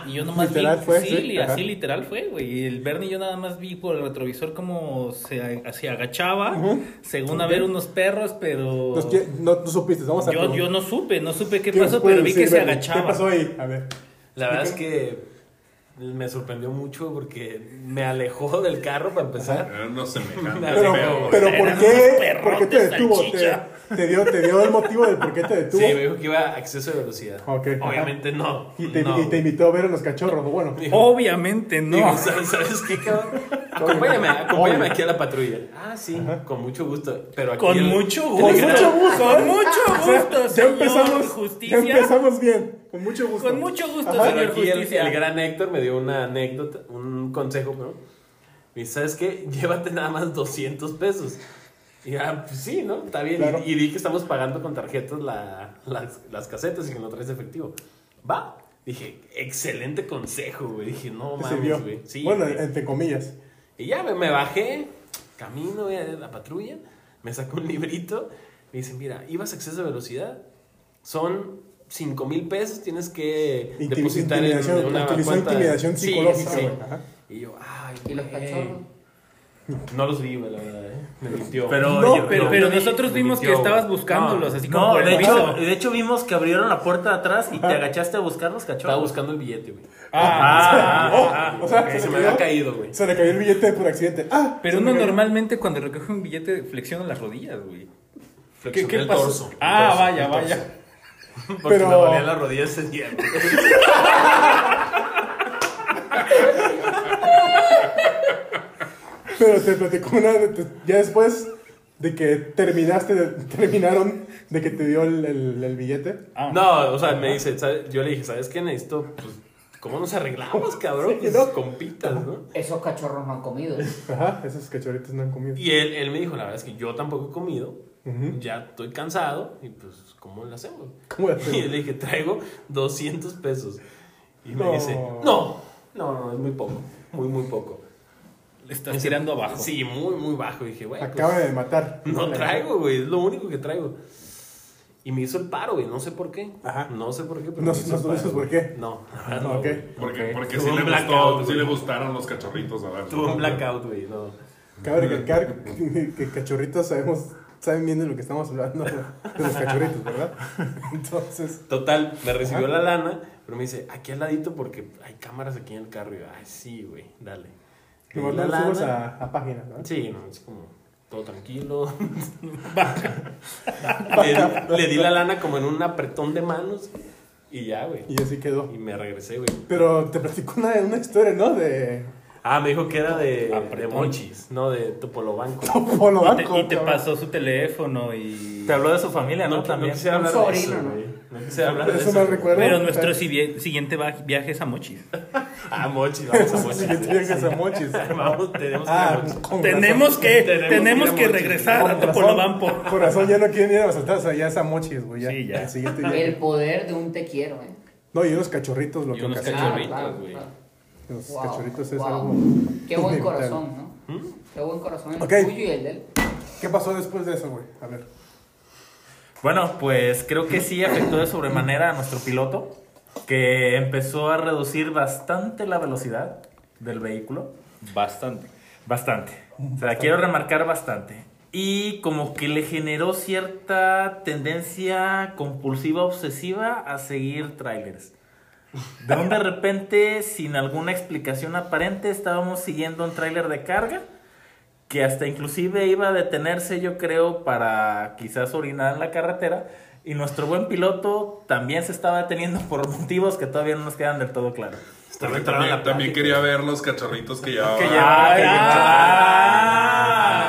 Y yo nomás
Literal
vi,
fue,
sí,
sí,
li-
ajá.
así literal fue, güey. Y el Bernie yo nada más vi por el retrovisor como se, a- se agachaba,
Ujú.
según a ver unos perros, pero
Entonces, ¿qué? no, tú supiste, vamos a
yo, yo no supe, no supe qué
¿Qué nos
pasó,
puedes
pero vi que
decir,
se
Bernie?
agachaba.
¿Qué pasó ahí? A ver.
La verdad es que me sorprendió mucho porque me alejó del carro para empezar.
Era uno semejante.
Pero,
feo, güey.
pero ¿por
eran unos
qué?
perrotes,
¿Por qué te detuvo?
salchicha.
Te, te dio, te dio el motivo del por qué te
Sí,
detuvo.
me dijo que iba a exceso de velocidad.
Ok.
Obviamente no.
y, te,
no.
y te invitó a ver a los cachorros. Bueno,
Obviamente no.
Digo, ¿sabes, sabes qué, cabrón? Acompáñame, acompáñame aquí a la patrulla. Ah, sí, con mucho gusto. Pero aquí
Con
el-
mucho
el
gusto.
gran-
gusto. ¿eh? Ah, Con mucho gusto,
ya empezamos,
Justicia.
ya empezamos bien. Con mucho gusto.
Con mucho gusto,
Ajá.
Pero
señor
aquí el,
Justicia.
el gran Héctor me dio una anécdota, un consejo, ¿no? Me dice, ¿sabes qué? Llévate nada más 200 pesos. Y ah, pues sí, ¿no? Está bien.
Claro.
Y, y di que estamos pagando con tarjetas la- las, las casetas y que no traes efectivo. Va. Dije, excelente consejo, güey. Dije, no
Te sirvió.
mames, güey. Sí,
bueno,
güey.
entre comillas.
Y ya me, me bajé, camino güey, a la patrulla, me sacó un librito, me dicen, mira, ibas a exceso de velocidad, son 5 mil pesos, tienes que
Intimi-
depositar en
intimidación,
una
utilizó
cuenta.
intimidación
Sí,
psicológica,
sí, sí.
güey. Ajá.
Y yo, ay,
¿Y los
güey".
cachorros?
No los vi, güey, la verdad, ¿eh? Me mintió.
Pero
No,
yo-
Pero,
no,
pero
yo vi-
nosotros
me
vimos que
mintió,
estabas
güey.
buscándolos,
No,
así como
No,
por el
de
piso.
hecho, de hecho vimos que abrieron la puerta de atrás y te agachaste a buscar los
Estaba
cachorros.
buscando el billete, güey.
Ah,
Oh, o sea,
Que
se,
se me
me cayó,
había caído, güey.
se le cayó el billete por accidente. Ah,
pero
se me
uno
cayó.
normalmente cuando recoge un billete flexiona las rodillas, güey.
Flexioné el
pasó?
torso. el
Ah,
torso,
vaya,
el torso.
vaya.
Porque
Pero-
me dolía la rodilla ese día, güey.
Pero te platicó una. te- ya después de que terminaste, de- terminaron de que te dio el, el- el billete.
Ah.
No, o sea, me dice, ¿sabe? yo le dije, ¿sabes qué necesito? Pues, ¿Cómo nos arreglamos, cabrón? Pues, compitas, ¿no?
Esos cachorros no han comido.
Ajá, esos cachorritos no han comido.
Y él, él me dijo, la verdad es que yo tampoco he comido,
Ujú.
ya estoy cansado, y pues, ¿cómo lo hacemos?
¿Cómo lo
Y
hacemos?
yo le dije, traigo 200 pesos. Y me
No.
dice, no, no, no, es muy poco, muy, muy poco.
Le estás tirando abajo.
Sí, muy, muy bajo. Y dije, güey, pues,
Acaba de matar.
No traigo, güey, es lo único que traigo. Y me hizo el paro, güey, no sé por qué.
Ajá.
No sé por qué, pero.
No-
me hizo
no
el paro,
dices por
güey.
qué.
No, la verdad
Ah,
no.
ok.
güey.
Porque, porque
Tuvo
sí,
un
le
blackout,
gustó, sí
güey.
le gustaron los cachorritos a Darko.
Tuve un blackout, güey, no.
Cabe recalcar que, que cachorritos sabemos, saben bien de lo que estamos hablando, de los cachorritos, ¿verdad? Entonces,
Total, me recibió la lana, pero me dice, aquí al ladito porque hay cámaras aquí en el carro. Y yo, ay, sí, güey, dale. Le di
igual
la
lo subas
lana.
a, a página, ¿no?
Sí, no, es como todo tranquilo. le, di, le di la lana como en un apretón de manos y ya, güey.
Y así quedó.
Y me regresé, güey.
Pero te platico una, una historia, ¿no? De
Ah, me dijo que era de, de
Apretón.
Monchis, no de Topolobanco.
Polo
Y te,
Banco.
y te
cabrón.
pasó su teléfono y...
Te habló de su familia, ¿no?
No, no
También.
quise hablar
Un
de eso,
sobrino, ¿no?
güey. No quise hablar de
Eso
eso.
me
güey.
recuerda.
Pero nuestro siguie- siguiente va- viaje es a Mochis.
Ah, Monchis, vamos a
pues.
Monchis.
Que tienes a mochis.
Vamos, tenemos que ir a
Ah,
Monchis.
con
Tenemos que,
Tenemos
tenemos,
que
que,
ir a Mochis.
regresar a
razón, con razón,
Topolobampo.
con razón, ya no quieren ir a Mazatlán, allá es a mochis, güey. Ya,
Sí, ya.
El siguiente día.
El poder de un te quiero, ¿eh?
No, y unos cachorritos lo
Y
que
unos
ocasiona.
Cachorritos, güey.
Los
Wow,
cachorritos es
Ah, wow.
algo.
Qué buen
inevitable.
corazón, ¿no? Qué buen corazón el
Ok.
tuyo y el de él.
¿Qué pasó después de eso, güey? A ver.
Bueno, pues creo que sí afectó de sobremanera a nuestro piloto, que empezó a reducir bastante la velocidad del vehículo.
Bastante.
Bastante. O sea, quiero remarcar bastante. Y como que le generó cierta tendencia compulsiva, obsesiva a seguir trailers. De un de repente, sin alguna explicación aparente, estábamos siguiendo un tráiler de carga que hasta inclusive iba a detenerse, yo creo, para quizás orinar en la carretera. Y nuestro buen piloto también se estaba deteniendo por motivos que todavía no nos quedan del todo claros.
Está
Porque
entrando
También,
la
también
plática.
quería ver los cachorritos que llevaban.
Que llevaba,
Ah,
que llevaba.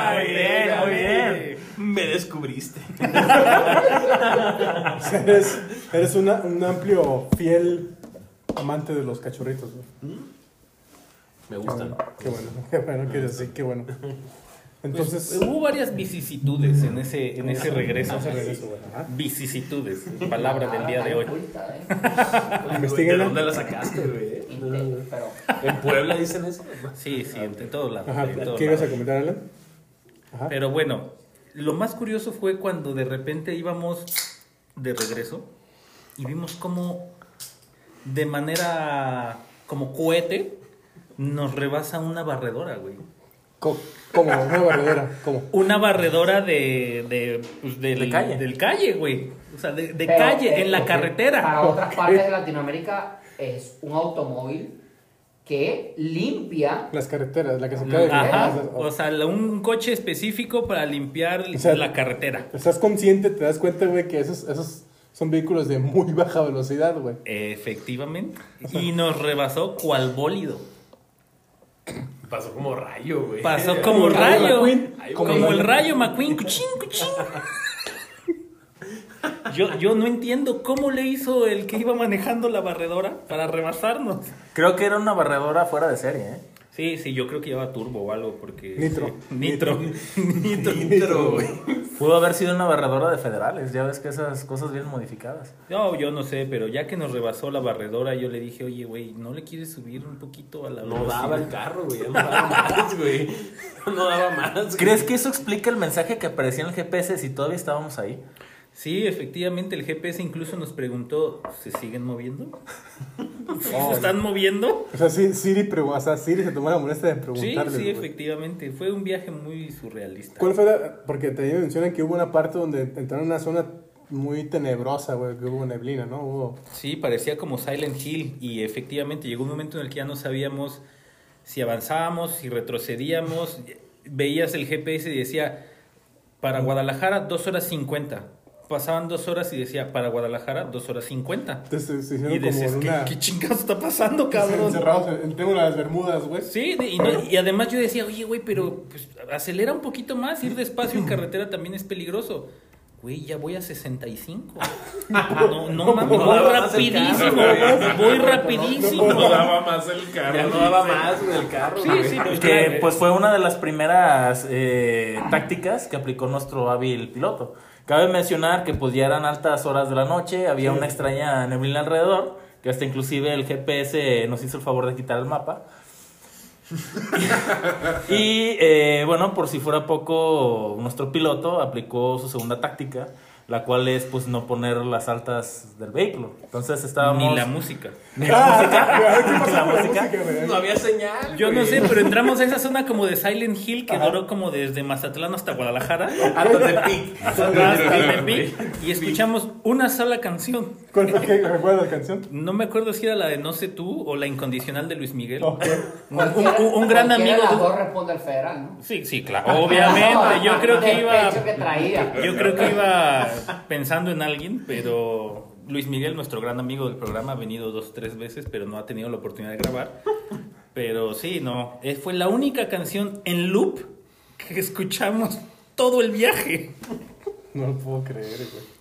ah,
Muy bien, muy bien.
Me descubriste.
O sea, eres eres una- un amplio, fiel amante de los cachorritos, güey.
Me gustan.
Qué bueno, qué bueno que eres así, qué bueno. Entonces,
Pues,
Ah,
Hubo varias vicisitudes en ese, en ese regreso.
ese regreso, güey, ajá.
Vicisitudes, palabra del día de hoy.
Ahorita, ¿eh?
Investíguenla.
¿De dónde la sacaste, güey? ¿eh? No, no,
Inte-
no.
Pero
En Puebla dicen eso.
Sí, sí, en, en todos lados.
ajá,
en todos
¿qué ibas a
lados.
comentar, Alan? Ajá.
Pero bueno, lo más curioso fue cuando de repente íbamos de regreso y vimos como de manera como cohete nos rebasa una barredora, güey.
Co- Como una barredera, como.
Una barredora de, de, pues, del,
De calle.
del calle, güey. O sea, de, de
Pero,
calle,
eh,
en la
ok,
carretera.
Para otras partes de Latinoamérica es un automóvil que limpia.
Las carreteras, la que se cae de
Ajá,
carreteras.
o sea, la- un coche específico para limpiar
Ah, O sea,
la carretera.
Estás consciente, te das cuenta, güey, que esos, esos son vehículos de muy baja velocidad, güey.
Efectivamente. Y nos rebasó cual bólido.
Pasó como rayo, güey.
Pasó como
el rayo
rayo.
McQueen.
Como
Como
el
el-
rayo McQueen. Cuchín, cuchín. Yo, yo no entiendo cómo le hizo el que iba manejando la barredora para rebasarnos.
Creo que era una barredora fuera de serie, ¿eh?
Sí, sí, yo creo que lleva turbo o algo porque...
Nitro.
Nitro. Nitro.
Pero, güey.
Pudo haber sido una barredora de federales, ya ves que esas cosas bien modificadas.
No, yo no sé, pero ya que nos rebasó la barredora, yo le dije, oye, güey, ¿no le quieres subir un poquito a la
No
velocidad?"
daba el carro, güey. No daba más, güey. No daba más. güey.
¿Crees que eso explica el mensaje que aparecía en el GPS si todavía estábamos ahí?
Sí, efectivamente, el GPS incluso nos preguntó, ¿se siguen moviendo? se están moviendo.
O sea, sí, Siri, pero, o sea, Siri se tomó la molestia de
Sí,
preguntarle.
sí,
güey.
efectivamente. Fue un viaje muy surrealista.
¿Cuál fue la...? Porque te mencionan que hubo una parte donde entraron en una zona muy tenebrosa, güey, que hubo neblina, ¿no? Hubo...
Sí, parecía como Silent Hill y efectivamente llegó un momento en el que ya no sabíamos si avanzábamos, si retrocedíamos. Veías el GPS y decía, para Guadalajara 2 horas 50. Pasaban 2 horas y decía, para Guadalajara 2 horas 50.
Entonces se
Y
hicieron como
decías,
en
¿qué,
una...
qué chingados está pasando, cabrón?
Encerrados en, en tengo las Bermudas, güey.
Sí, de- y, no- y además yo decía, oye, güey, pero pues, acelera un poquito más, ir despacio en carretera también es peligroso. Güey, ya voy a 65. No, no mames, voy rapidísimo, voy rapidísimo.
No daba más el carro.
Ya no daba más en el carro.
Sí,
güey.
sí, pues,
Que
claro.
pues fue una de las primeras eh, tácticas que aplicó nuestro hábil piloto. Cabe mencionar que pues ya eran altas horas de la noche, había una extraña neblina alrededor, que hasta inclusive el GPS nos hizo el favor de quitar el mapa. y eh, bueno, por si fuera poco, nuestro piloto aplicó su segunda táctica, la cual es pues no poner las altas del vehículo. Entonces estábamos...
Ni la música.
Ni la música. Ni la música.
No había señal.
Yo no
güey.
sé, pero entramos a esa zona como de Silent Hill que duró como desde Mazatlán hasta Guadalajara.
Hasta Tepic.
Hasta Tepic, y escuchamos una sola canción.
¿Cuál fue? ¿Qué? ¿Recuerdas la canción?
No me acuerdo si era la de No sé tú o la incondicional de Luis Miguel.
Ok.
Un, un- un- un gran amigo.
Las
de-
dos responde al federal, ¿no?
Sí, sí, claro. Obviamente, yo creo que
Del
iba.
pecho que traía.
Yo creo que iba pensando en alguien, pero Luis Miguel, nuestro gran amigo del programa, ha venido dos, tres veces, pero no ha tenido la oportunidad de grabar. Pero sí, no. eh, Fue la única canción en loop que escuchamos todo el viaje.
No lo puedo creer, güey.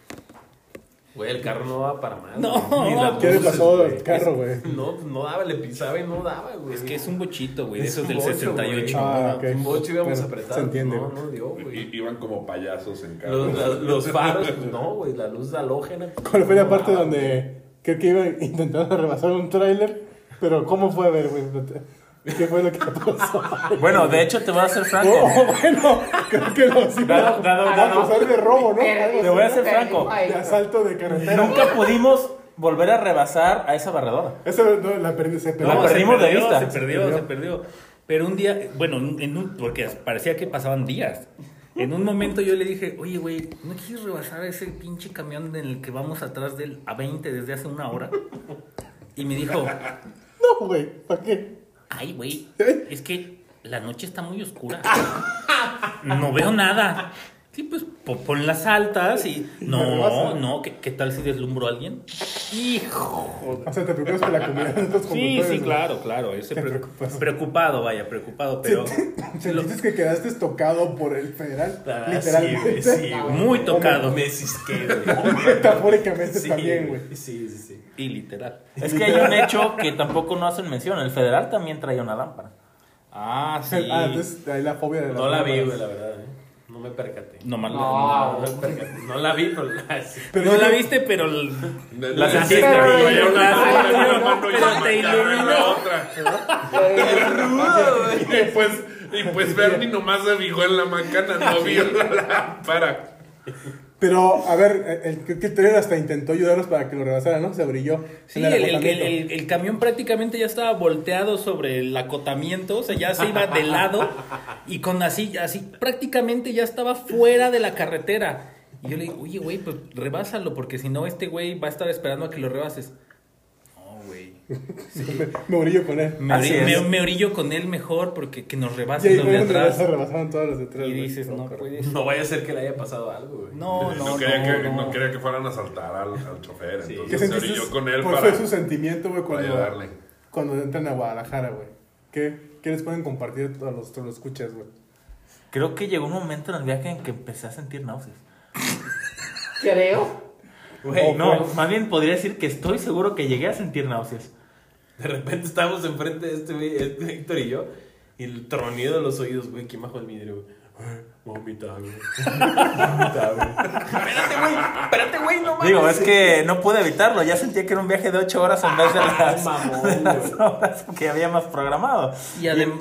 Güey, el carro no daba para más.
No.
güey. Ni las
¿Qué le
luces,
pasó al
güey.
carro, güey?
No, no daba, le pisaba y no daba, güey.
Es que es un bochito, güey. de
Es
Esos
un
del
bocho, güey.
68.
Ah, ok.
Un bocho íbamos
Pero,
apretados.
se entiende,
No,
güey.
no dio, güey.
I- Iban como payasos en carro.
Los, la- los faros, pues, no, güey. La luz halógena. pues,
¿Cuál fue
no
la parte
daba.
donde creo que iba intentando rebasar un tráiler? Pero ¿cómo fue a ver, güey? ¿Qué fue lo que pasó?
Bueno, de hecho te voy a ser franco.
Oh, bueno, creo que lo sí,
Dado- dado-
a
dado.
pasar de robo, ¿no?
Te voy a ser franco.
De asalto de carretera.
Nunca pudimos volver a rebasar a esa barredora.
Eso no, la perdí, se perdió.
No,
se
perdimos de
perdió,
vista.
Se perdió, se perdió. Pero un día, bueno, en un- porque parecía que pasaban días. En un momento yo le dije, oye, güey, ¿no quieres rebasar a ese pinche camión en el que vamos atrás del A20 desde hace una hora? Y me dijo,
No, güey, ¿para qué?
ay, güey, es que la noche está muy oscura. No veo nada. Sí, pues po- pon las altas y... No, no, ¿qué, qué tal si deslumbró a alguien? Hijo
O sea, te preocupas por la comunidad de estos
Sí,
conductores,
sí,
güey.
claro, claro. Ese
Te
pre-
preocupas.
preocupado, vaya, preocupado, pero.
Sentiste que quedaste estocado por el federal,
Ah,
literalmente.
sí, güey, sí, güey, muy tocado.
Me cisqué, güey.
Metafóricamente
Sí,
también, güey.
Sí, sí, sí.
Y literal.
Es que hay un hecho que tampoco no hacen mención. El federal también traía una lámpara.
Ah, sí.
Ah, entonces ahí la fobia de la
No la vi, güey, la verdad. eh. No me percaté.
No, mal-
No, no me percaté. No la vi, pero la sí.
Pero no la viste, pero. el-
La
sentiste,
Pero
güey.
yo la-
Pero-
yo la mano
pero
y la
te
cara,
iluminó.
la otra. Y pues, y pues Bernie nomás se fijó en la macana, no vio la lámpara.
Pero, a ver, el, el, el trailer hasta intentó ayudarlos para que lo rebasaran, ¿no? Se brilló.
Sí, el, el- el- el- el camión prácticamente ya estaba volteado sobre el acotamiento, o sea, ya se iba de lado y con así, así prácticamente ya estaba fuera de la carretera. Y yo le digo, oye, güey, pues rebásalo, porque si no, este güey va a estar esperando a que lo rebases. No, güey.
Me brillo con él.
Me,
Así
ori-
es.
me- me orillo con él mejor porque que nos
Y
rebase
ahí
los de
fue donde
atrás.
se rebasaron todos los de atrás.
Y
güey.
dices, no puedes.
No vaya a ser que le haya pasado algo, güey.
No,
No,
no, no.
quería que, no
no.
quería que fueran a asaltar al, al chofer,
¿Qué
entonces se
sentiste?
orilló con él
¿Cuál
para,
fue su sentimiento, güey,
para
cuando,
ayudarle.
cuando entran a Guadalajara, güey? ¿Qué, ¿Qué les pueden compartir a los, los escuchas, güey?
Creo que llegó un momento en el viaje en que empecé a sentir náuseas.
Creo.
Güey,
no, más bien podría decir que estoy seguro que llegué a sentir náuseas.
De repente estábamos enfrente de este, güey, este Héctor y yo, y el tronido de los oídos, güey, ¿quién bajó el vidrio, güey? Ay, Vomita, güey. Vomita, güey. Espérate, güey. Espérate, güey, no mames.
Digo, es que no pude evitarlo. Ya sentía que era un viaje de 8 horas en vez de las,
mamón,
de las
güey.
horas que habíamos programado.
Y además.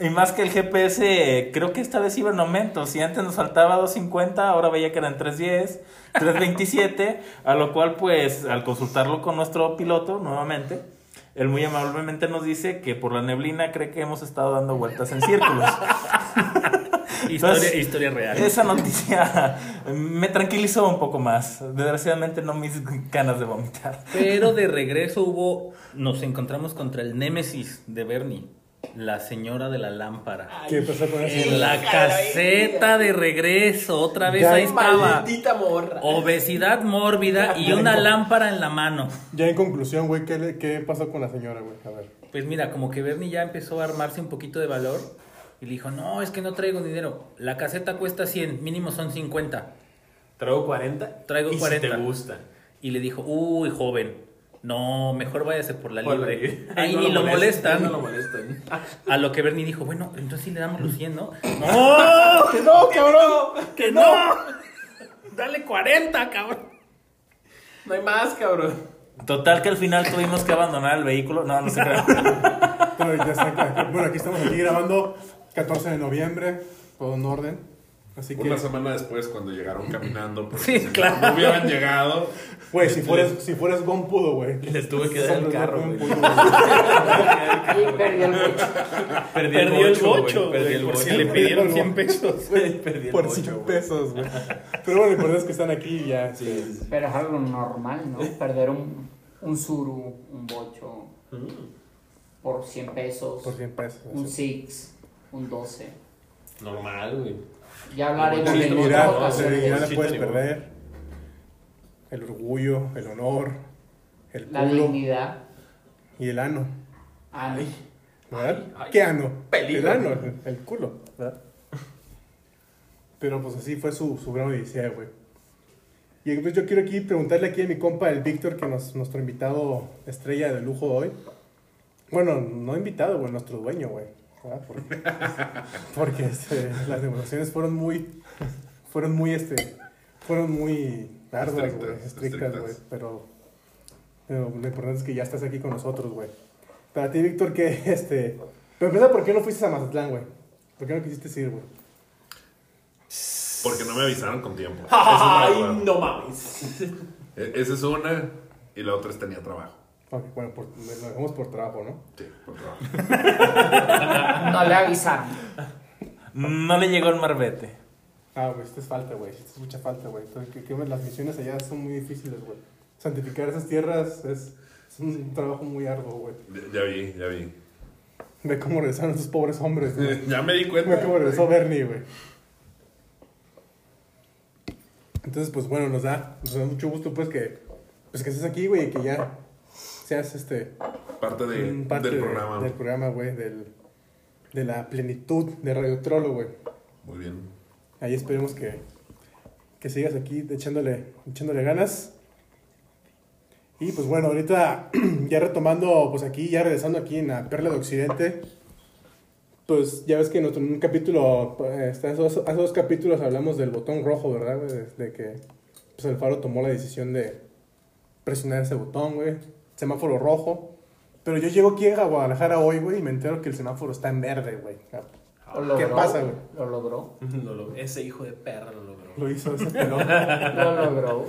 Y más que el GPS, creo que esta vez iba en aumento. Si antes nos faltaba 2.50, ahora veía que eran 3.10, 3.27, a lo cual pues al consultarlo con nuestro piloto nuevamente, Él muy amablemente nos dice que por la neblina cree que hemos estado dando vueltas en círculos.
Historia, historia real.
Esa noticia me tranquilizó un poco más. Desgraciadamente no mis ganas de vomitar.
Pero de regreso hubo. Nos encontramos contra el némesis de Bernie, la señora de la lámpara.
¿Qué pasa con eso?
En la caseta de regreso, otra vez
Ya.
ahí estaba.
Maldita morra.
Obesidad mórbida y una lámpara en la mano.
Ya en conclusión, güey, ¿qué, le- ¿qué pasó con la señora, güey? A ver.
Pues mira, como que Bernie ya empezó a armarse un poquito de valor y le dijo: No, es que no traigo dinero. La caseta cuesta 100, mínimo son 50.
Traigo 40.
Traigo
y si
40.
te gusta.
Y le dijo, uy, joven, no, mejor váyase por la
Por la
libre.
libre.
Ahí
No
ni
lo
lo
molestan,
molestan.
no lo molestan.
A lo que Bernie dijo, bueno, entonces sí le damos los 100, ¿no? ¡No! ¡Ah, ¡Que no, cabrón! ¡Que no! ¡Dale 40, cabrón!
No hay más, cabrón.
Total que al final tuvimos que abandonar el vehículo. No, no se crean.
Pero ya está acá. Bueno, aquí estamos aquí grabando 14 de noviembre, todo en orden. Así que,
Una semana después, cuando llegaron caminando, porque
Sí,
si
claro.
no hubieran llegado,
güey, si fueras, si fueras Gon Pudo, güey.
Les tuve que dar el carro,
Gon
güey.
Pudo, güey.
Y perdí el bocho.
Perdí,
Perdió el
bocho,
bocho,
güey, Perdí el
por si
bocho.
le pidieron
Perdí el
100 pesos.
Perdí el
Por
bocho,
100
güey.
pesos, güey. Pero bueno, lo importante es que están aquí y ya. Sí.
Pero es algo normal, ¿no? Perder un, un suru, un bocho, por 100 pesos,
Por 100 pesos.
un
así.
six, un 12.
Normal, güey.
Ya hablaremos
Sí,
de otras
Dignidad,
mira, no, sí,
la
ocasiones.
dignidad
sí,
la
sí,
puedes
tenemos.
perder. El orgullo, el honor, el
La
culo
dignidad.
y el ano.
Ah, no.
¿Verdad?
Ay, ay.
¿Qué ano?
Peligro.
El ano, el, el culo. ¿verdad? Pero pues así fue su, su gran odisea, güey. Y pues yo quiero aquí preguntarle aquí a mi compa, el Víctor, que nos, nuestro invitado estrella de lujo hoy. Bueno, no invitado, güey, nuestro dueño, güey. ¿verdad? Porque, porque, este, las negociaciones fueron muy, fueron muy, este, fueron muy arduas, güey,
Estrictas,
estrictas, güey.
estrictas.
Pero, pero lo importante es que ya estás aquí con nosotros, güey. Para ti, Víctor, que este. Pero empieza, ¿por qué no fuiste a Mazatlán, güey? ¿Por qué no quisiste ir, güey?
porque no me avisaron con tiempo. Esa es una,
Ay,
güey.
no mames.
E- Esa es una, y la otra es tenía trabajo.
Ok, bueno, por, lo dejamos por trabajo, ¿no?
Sí, por trabajo.
No le avisaron.
No le llegó el marbete.
Ah, güey, esto es falta, güey. Esto es mucha falta, güey. Entonces, que- que las misiones allá son muy difíciles, güey. Santificar esas tierras es, es un trabajo muy arduo, güey.
Ya- Ya vi, ya vi.
Ve cómo regresaron esos pobres hombres, güey.
Ya me di
Ve
cuenta.
cómo regresó Bernie, güey. Entonces, pues bueno, nos da, nos da mucho gusto, pues, que, pues, que estés aquí, güey, y que ya seas este.
Parte, de-
un parte
del
de-
programa.
Del programa, güey, del, de la plenitud de Radio Trollo, güey.
Muy bien.
Ahí esperemos que, que sigas aquí echándole, echándole ganas. Y pues bueno, ahorita ya retomando, pues aquí, ya regresando aquí en la Perla de Occidente, pues ya ves que en, otro- en un capítulo, eh, está- hace, dos, hace dos capítulos hablamos del botón rojo, ¿verdad? güey? De, de que pues Alfaro tomó la decisión de presionar ese botón, güey. Semáforo rojo. Pero yo llego aquí a Guadalajara hoy, güey, y me entero que el semáforo está en verde, güey. Ah,
Lo logró,
¿Qué pasa, güey?
Lo logró.
No lo- ese hijo de perra lo logró.
Lo hizo ese pelón.
Lo logró.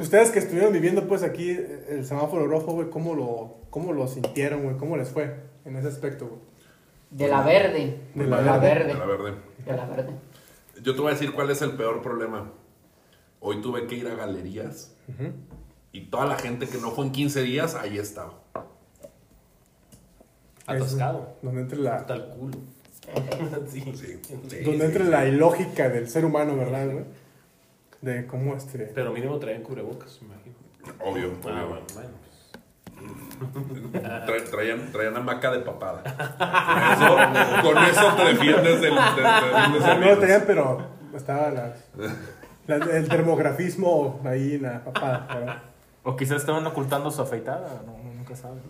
Ustedes que estuvieron viviendo pues aquí eh, el semáforo rojo, güey, ¿cómo lo, ¿cómo lo sintieron, güey? ¿Cómo les fue en ese aspecto, güey?
De la verde.
De
De
la
la,
De la
verde.
verde.
De la verde.
Yo te voy a decir cuál es el peor problema. Hoy tuve que ir a galerías y toda la gente que no fue en 15 días, ahí estaba.
Atascado.
Es Donde entra la,
Hasta el culo. Sí.
Sí, sí,
donde
sí,
entra
sí.
la ilógica del ser humano, ¿verdad, güey? De cómo este...
Pero mínimo traen cubrebocas, me imagino.
Obvio,
Ah,
obvio.
bueno, bueno. pues,
Tra- traían, traían hamaca de papada. Con eso, con eso te defiendes del.
O sea, no lo tenían, pero estaba la, la- el termografismo ahí en la papada, ¿verdad?
O quizás estaban ocultando su afeitada. No, uno nunca sabe.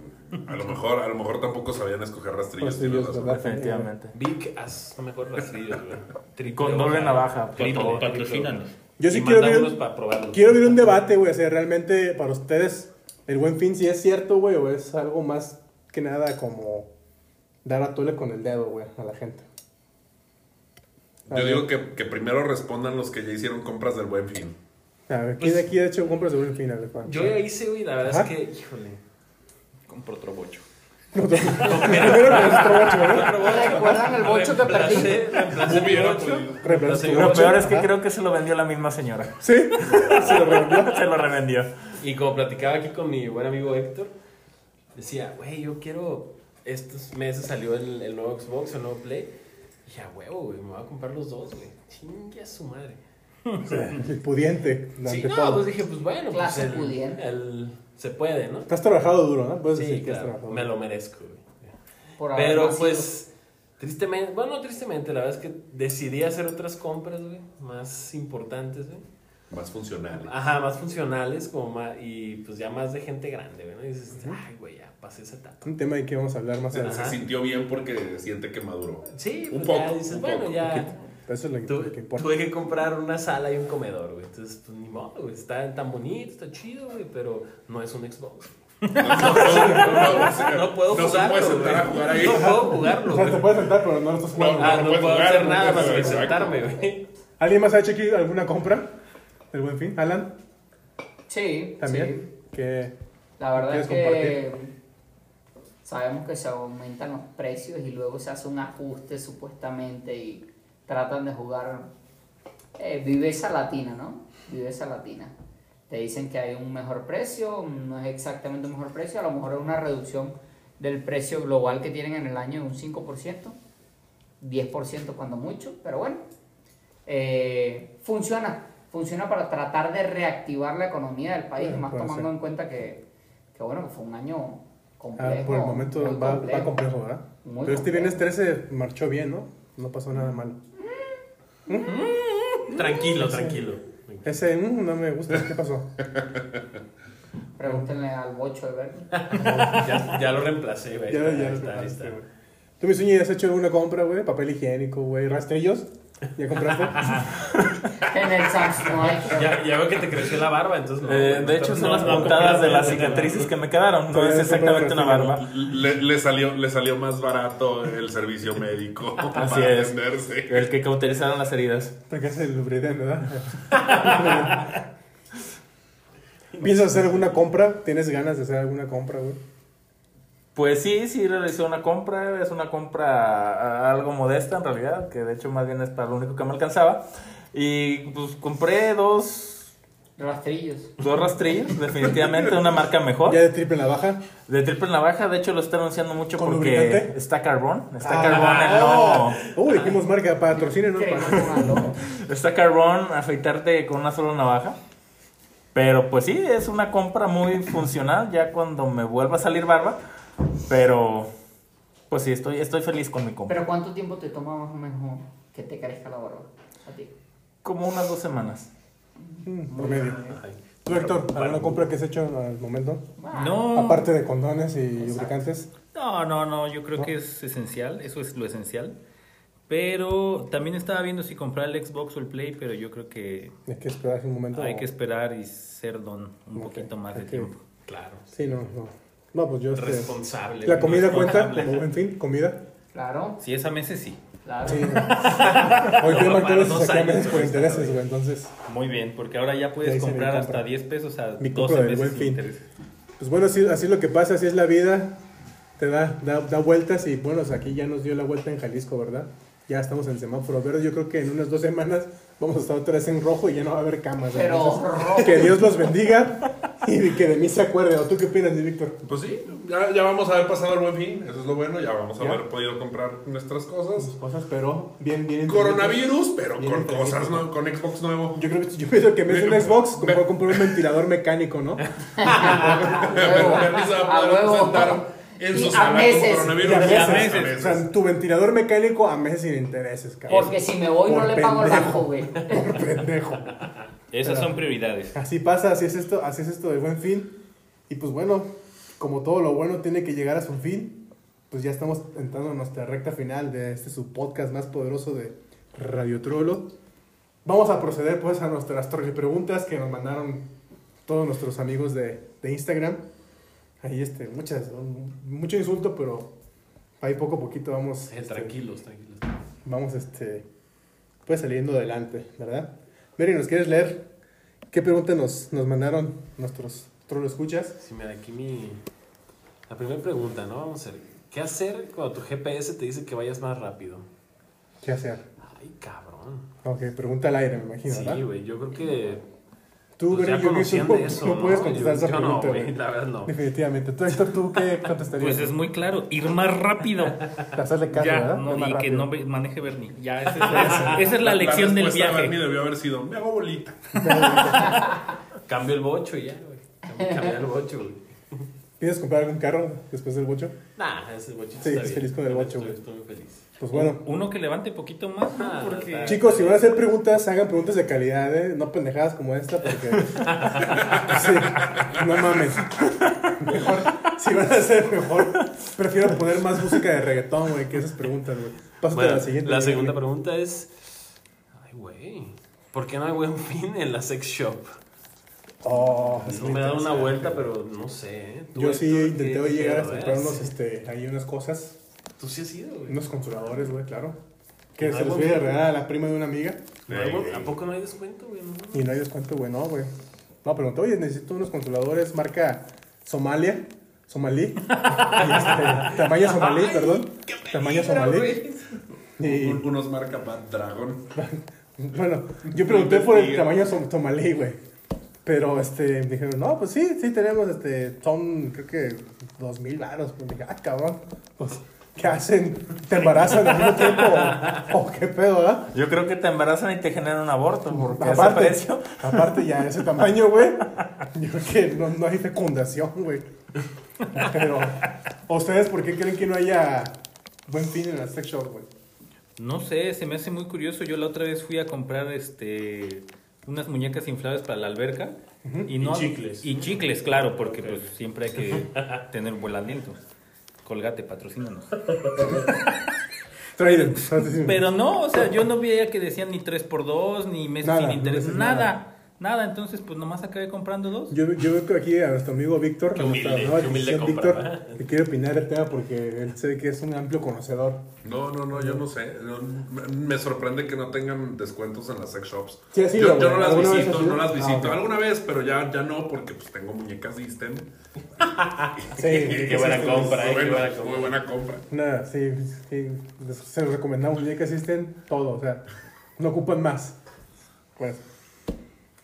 a lo mejor, a lo mejor tampoco sabían escoger rastrillos. tienes
Rastrillos,
razón.
¿verdad?
Definitivamente.
Vic, haz mejor rastrillos, güey.
Y con doble navaja. por
Clito,
favor.
patrocínanos.
Yo sí
Y
quiero
manda
ver-
unos para probarlos.
Quiero ver un debate, güey, o sea, realmente para ustedes el buen fin si es cierto, güey, o es algo más que nada como dar a tole con el dedo, güey, a la gente. A
Yo
ver.
digo que, que primero respondan los que ya hicieron compras del buen fin.
Pues
A ver, ¿quién de aquí ha hecho compras de buen fin, a ver, Juan?
Yo ya hice, güey, la verdad
Ajá.
es que, híjole.
Compró otro bocho.
¿Recuerdan el bocho que perdí?
Reemplacé, reemplacé mi bocho.
Reemplazó.
Lo peor es que creo que se lo vendió la misma señora.
Sí, se lo revendió.
Se lo revendió.
Y como platicaba aquí con mi buen amigo Héctor, decía, güey, yo quiero. Estos meses salió el, el nuevo Xbox, el nuevo Play. Y a huevo, güey, me voy a comprar los dos, güey. Chingue a su madre.
El pudiente. el
Sí, no,
antepado.
pues dije, pues bueno, pues
Clase
el,
pudiente.
el- se puede, ¿no?
Te has trabajado duro, ¿no? Puedes
Sí,
decir que has
claro,
trabajado.
me lo merezco, güey.
Por haber
Pero
nacido.
pues, tristemente, bueno, no tristemente, la verdad es que decidí hacer otras compras, güey, más importantes, güey.
Más funcional.
Ajá, más funcionales, como más, y pues ya más de gente grande, güey, ¿no? Y dices, ay, güey, ya pasé esa etapa.
Un tema de que vamos a hablar más adelante.
Se
Ajá.
sintió bien porque siente que maduró.
Sí,
Un
pues
poco,
ya dices,
un
bueno,
poco,
ya
Eso es lo que,
tu-
lo que importa.
tuve que comprar una sala y un comedor, güey. Entonces, pues ni modo, güey, está tan bonito, está chido, güey, pero no es un Xbox.
No, no, no, no, o sea,
No puedo
No se
jugarlo,
puede sentar a
güey.
jugar ahí.
No puedo
O
jugarlo,
sea, te
güey.
puedes sentar, pero no lo estás jugando.
no
Ah, no
puedes
puedo
jugar,
hacer
no
nada
puedes
más que
jugar,
sentarme, güey.
¿Alguien más ha hecho aquí alguna compra? ¿El buen fin? ¿Alan?
Sí, sí.
¿También? Que
La verdad
¿Quieres
es que sabemos que se aumentan los precios y luego se hace un ajuste supuestamente y tratan de jugar eh, viveza latina, ¿no? Viveza latina. Te dicen que hay un mejor precio, no es exactamente un mejor precio, a lo mejor es una reducción del precio global que tienen en el año de un 5%, 10% cuando mucho, pero bueno, eh, funciona, funciona para tratar de reactivar la economía del país,
Bueno,
más
puede
tomando
ser.
en cuenta que, que bueno, que fue un año
ah,
complejo.
por el momento
muy
va,
complejo.
va complejo, ¿verdad?
Muy
pero este viernes
complejo. Mm.
13 marchó bien, ¿no? No pasó nada malo.
Tranquilo, tranquilo.
Ese mm, no me gusta. ¿Qué pasó?
Pregúntenle al bocho de Bernie.
Ya, ya lo reemplacé, güey.
ya,
Ahí
ya.
está, ahí
está,
está.
güey. Tú, mi sueño, ¿has hecho alguna compra, güey? Papel higiénico, güey. ¿Rastrillos? ¿Ya compraste?
en el Samsung. ay, qué-
Ya, ya veo que te creció la barba, entonces. no,
Eh,
no,
de hecho,
no,
son
no,
las
no,
puntadas de
no,
las
no, no,
cicatrices
no.
que me quedaron. No
Todavía
es
no
exactamente una
compré la
barba.
Le, le salió, le salió más barato el servicio médico
Así
para
es.
atenderse.
El que cauterizaron las heridas.
Porque es el lubricante, ¿verdad? ¿Piensas hacer alguna compra? ¿Tienes ganas de hacer alguna compra, güey?
Pues sí, sí realicé una compra, es una compra a- a- algo modesta en realidad, que de hecho más bien es para lo único que me alcanzaba. Y pues compré dos,
Rastrillos.
dos rastrillos, definitivamente una marca mejor,
¿Ya de triple navaja?
de triple navaja, de hecho lo está anunciando mucho
¿Con
porque
lubricante?
está carbón, está
Ah,
carbón el nuevo-
Uy, dijimos marca, patrocinen, ¿no?
Crema
Para-
con aloe.
Está carbón afeitarte con una sola navaja. Pero pues sí, es una compra muy funcional ya cuando me vuelva a salir barba. Pero pues sí, estoy, estoy feliz con mi compra.
Pero ¿cuánto tiempo te toma más o menos que te crezca la barba? A ti.
Como unas dos semanas.
Mm, Por medio. ¿Tú, Héctor, alguna compra que has hecho al momento?
No.
Oh.
Aparte de condones y lubricantes.
No, no, no, yo creo que es esencial, eso es lo esencial. Pero también estaba viendo si comprar el Xbox o el Play, pero yo creo que
Hay que esperar un momento.
hay que esperar y ser don un
Ok,
poquito más de
ok.
tiempo.
Claro.
Sí, no, no. No, pues yo... este,
Responsable.
La comida cuenta,
responsable.
como en fin, comida.
Claro,
Si es a meses, sí.
claro.
Sí. Hoy fui a
No, para
McDonald's y
dos
saqué a
años,
meses por
pero está
intereses,
bien.
güey, entonces...
Muy bien, porque ahora ya
Ya
puedes
hice mi
comprar
compra.
hasta 10 pesos a
Mi
12
compra del
meses
Buen
sin
Fin.
intereses.
Pues bueno, así, así es lo que pasa, así es la vida. Te da, da, da vueltas y bueno, o sea, aquí ya nos dio la vuelta en Jalisco, ¿verdad? Ya estamos en semáforo verde. Yo creo que en unas dos semanas vamos a estar otra vez en rojo y ya no va a haber camas.
Pero
Entonces,
rojo.
que Dios los bendiga y que de mí se acuerde. ¿O tú qué opinas, mi Víctor?
Pues sí, ya, ya vamos a haber pasado el buen fin. Eso es lo bueno. Ya vamos a
Ya. Pues,
haber podido comprar nuestras cosas.
Cosas, pero bien, bien.
Coronavirus, pero
Bien
con
entendido.
cosas, ¿no? Con Xbox nuevo.
Yo creo que yo pienso que me hizo un Xbox, como voy a comprar un ventilador mecánico, ¿no?
A
Pero
huevo.
Bernie se va
A
a poder
huevo.
sentar en
Y
su
a
sala con
meses.
coronavirus.
Y a
Y a
meses.
meses.
O sea, tu ventilador mecánico a meses sin intereses, cabrón.
Porque si me voy no
Por
le pago el
pendejo.
banco, güey.
Por pendejo.
Esas son prioridades.
Así pasa, así es esto, así es esto del buen fin. Y pues bueno, como todo lo bueno tiene que llegar a su fin, pues ya estamos entrando en nuestra recta final de este su podcast más poderoso de Radio Trolo. Vamos a proceder pues a nuestras preguntas que nos mandaron todos nuestros amigos de, de Instagram. Ahí este, muchas, mucho insulto, pero ahí poco a poquito vamos.
Eh,
este,
Tranquilos, tranquilos.
vamos este pues saliendo adelante, ¿verdad? Mary, ¿nos quieres leer qué pregunta nos, nos mandaron nuestros trolls escuchas?
Si me da aquí mi. La primera pregunta, ¿no? Vamos a ver. ¿Qué hacer cuando tu GPS te dice que vayas más rápido?
¿Qué hacer?
Ay, cabrón.
Ok, pregunta al aire, me imagino, ¿verdad?
Sí, güey, yo creo que.
Tú,
pues, ya
Greg, yo creo que
conocían de
no-
eso,
no, puedes
¿no?
contestar esa
Yo no,
pregunta,
güey,
güey.
la verdad no.
Definitivamente. Tú, Héctor, ¿tú qué contestarías?
Pues es muy claro, ir más rápido.
Hacerle caso,
Ya,
¿verdad?
no,
Es más
y que
rápido.
no ve- maneje Bernie. Ya, esa es la, esa es la lección del
respuesta de
viaje.
Barney debió haber sido, me hago bolita.
Cambio el bocho y ya, güey. Cambio, cambiar el bocho, güey.
¿Piensas comprar algún carro después del bocho?
Nah, ese bochito
Sí,
está
es
bien.
feliz con el bocho,
Estoy-
güey.
Estoy muy feliz.
Pues bueno.
Uno que levante poquito más, ¿no?
Ah,
porque
está-
Chicos, si van a hacer preguntas, hagan preguntas de calidad, ¿eh? No pendejadas como esta, porque... Sí, no mames. Mejor, si van a hacer mejor, prefiero poner más música de reggaetón, güey, que esas preguntas, güey. Pásate
Bueno,
a la siguiente. güey.
segunda pregunta es. Ay, güey. ¿Por qué no hay buen fin en la sex shop?
Oh, es
No
muy
me he dado una
interesante.
vuelta, pero no sé. ¿eh? Tú,
Yo
Héctor,
sí
¿qué-
intenté
qué
llegar a
pedo
comprar
eres?
unos, este, ahí unas cosas,
Tú sí has ido, güey.
unos consoladores, güey, claro. Que
Ah,
se los
bueno.
voy a regalar a la prima de una amiga
¿No hay buen- ¿A poco no hay descuento, güey? No,
y no hay descuento, güey, no, güey. No, pregunté, oye, necesito unos consoladores marca Somalia, somalí, y este, tamaño somalí, perdón, tamaño somalí. Y,
Un- Unos marca Bad Dragon.
bueno, yo pregunté por el tamaño som- somalí, güey. Pero este, me dijeron, no, pues sí, sí tenemos, este, son creo que dos mil varos. Pues dije, ah, cabrón, pues, ¿qué hacen? ¿Te embarazan al mismo tiempo? ¿O, o qué pedo, ah?" verdad?
Yo creo que te embarazan y te generan un aborto porque a ese
Aparte,
precio.
aparte ya ese tamaño, güey. Yo creo que no, no hay fecundación, güey. Pero, ¿ustedes por qué creen que no haya buen fin en la sex shop, güey?
no sé, se me hace muy curioso. Yo la otra vez fui a comprar este unas muñecas inflables para la alberca y, no,
chicles.
Y chicles, claro, porque pues siempre hay que tener buen aliento. Colgate, patrocínanos.
Traiden.
Pero no, o sea, yo no veía que decían ni 3x2, ni meses
Nada,
sin interés,
meses,
nada,
nada.
nada. entonces pues nomás acabé comprando dos.
Yo, yo veo que aquí a nuestro amigo Víctor,
Qué
a nuestra
humilde,
nueva
qué humilde
adquisición,
compra,
Víctor, que quiere opinar el tema porque él sé que es un amplio conocedor.
No, no, no, yo no sé. No, me- me sorprende que no tengan descuentos en las sex shops.
Sí, sí,
yo,
güey.
yo no las
¿Alguna vez
visito,
has ido?
no las
Ah,
visito.
ok.
Alguna vez, pero ya, ya no, porque pues tengo muñecas System.
Sí,
Qué buena compra, eh.
muy,
Qué buena
buena,
compra.
muy pues, buena compra.
Nada, sí, sí, les- se los recomendamos ya que existen todo, o sea, no ocupan más. Pues.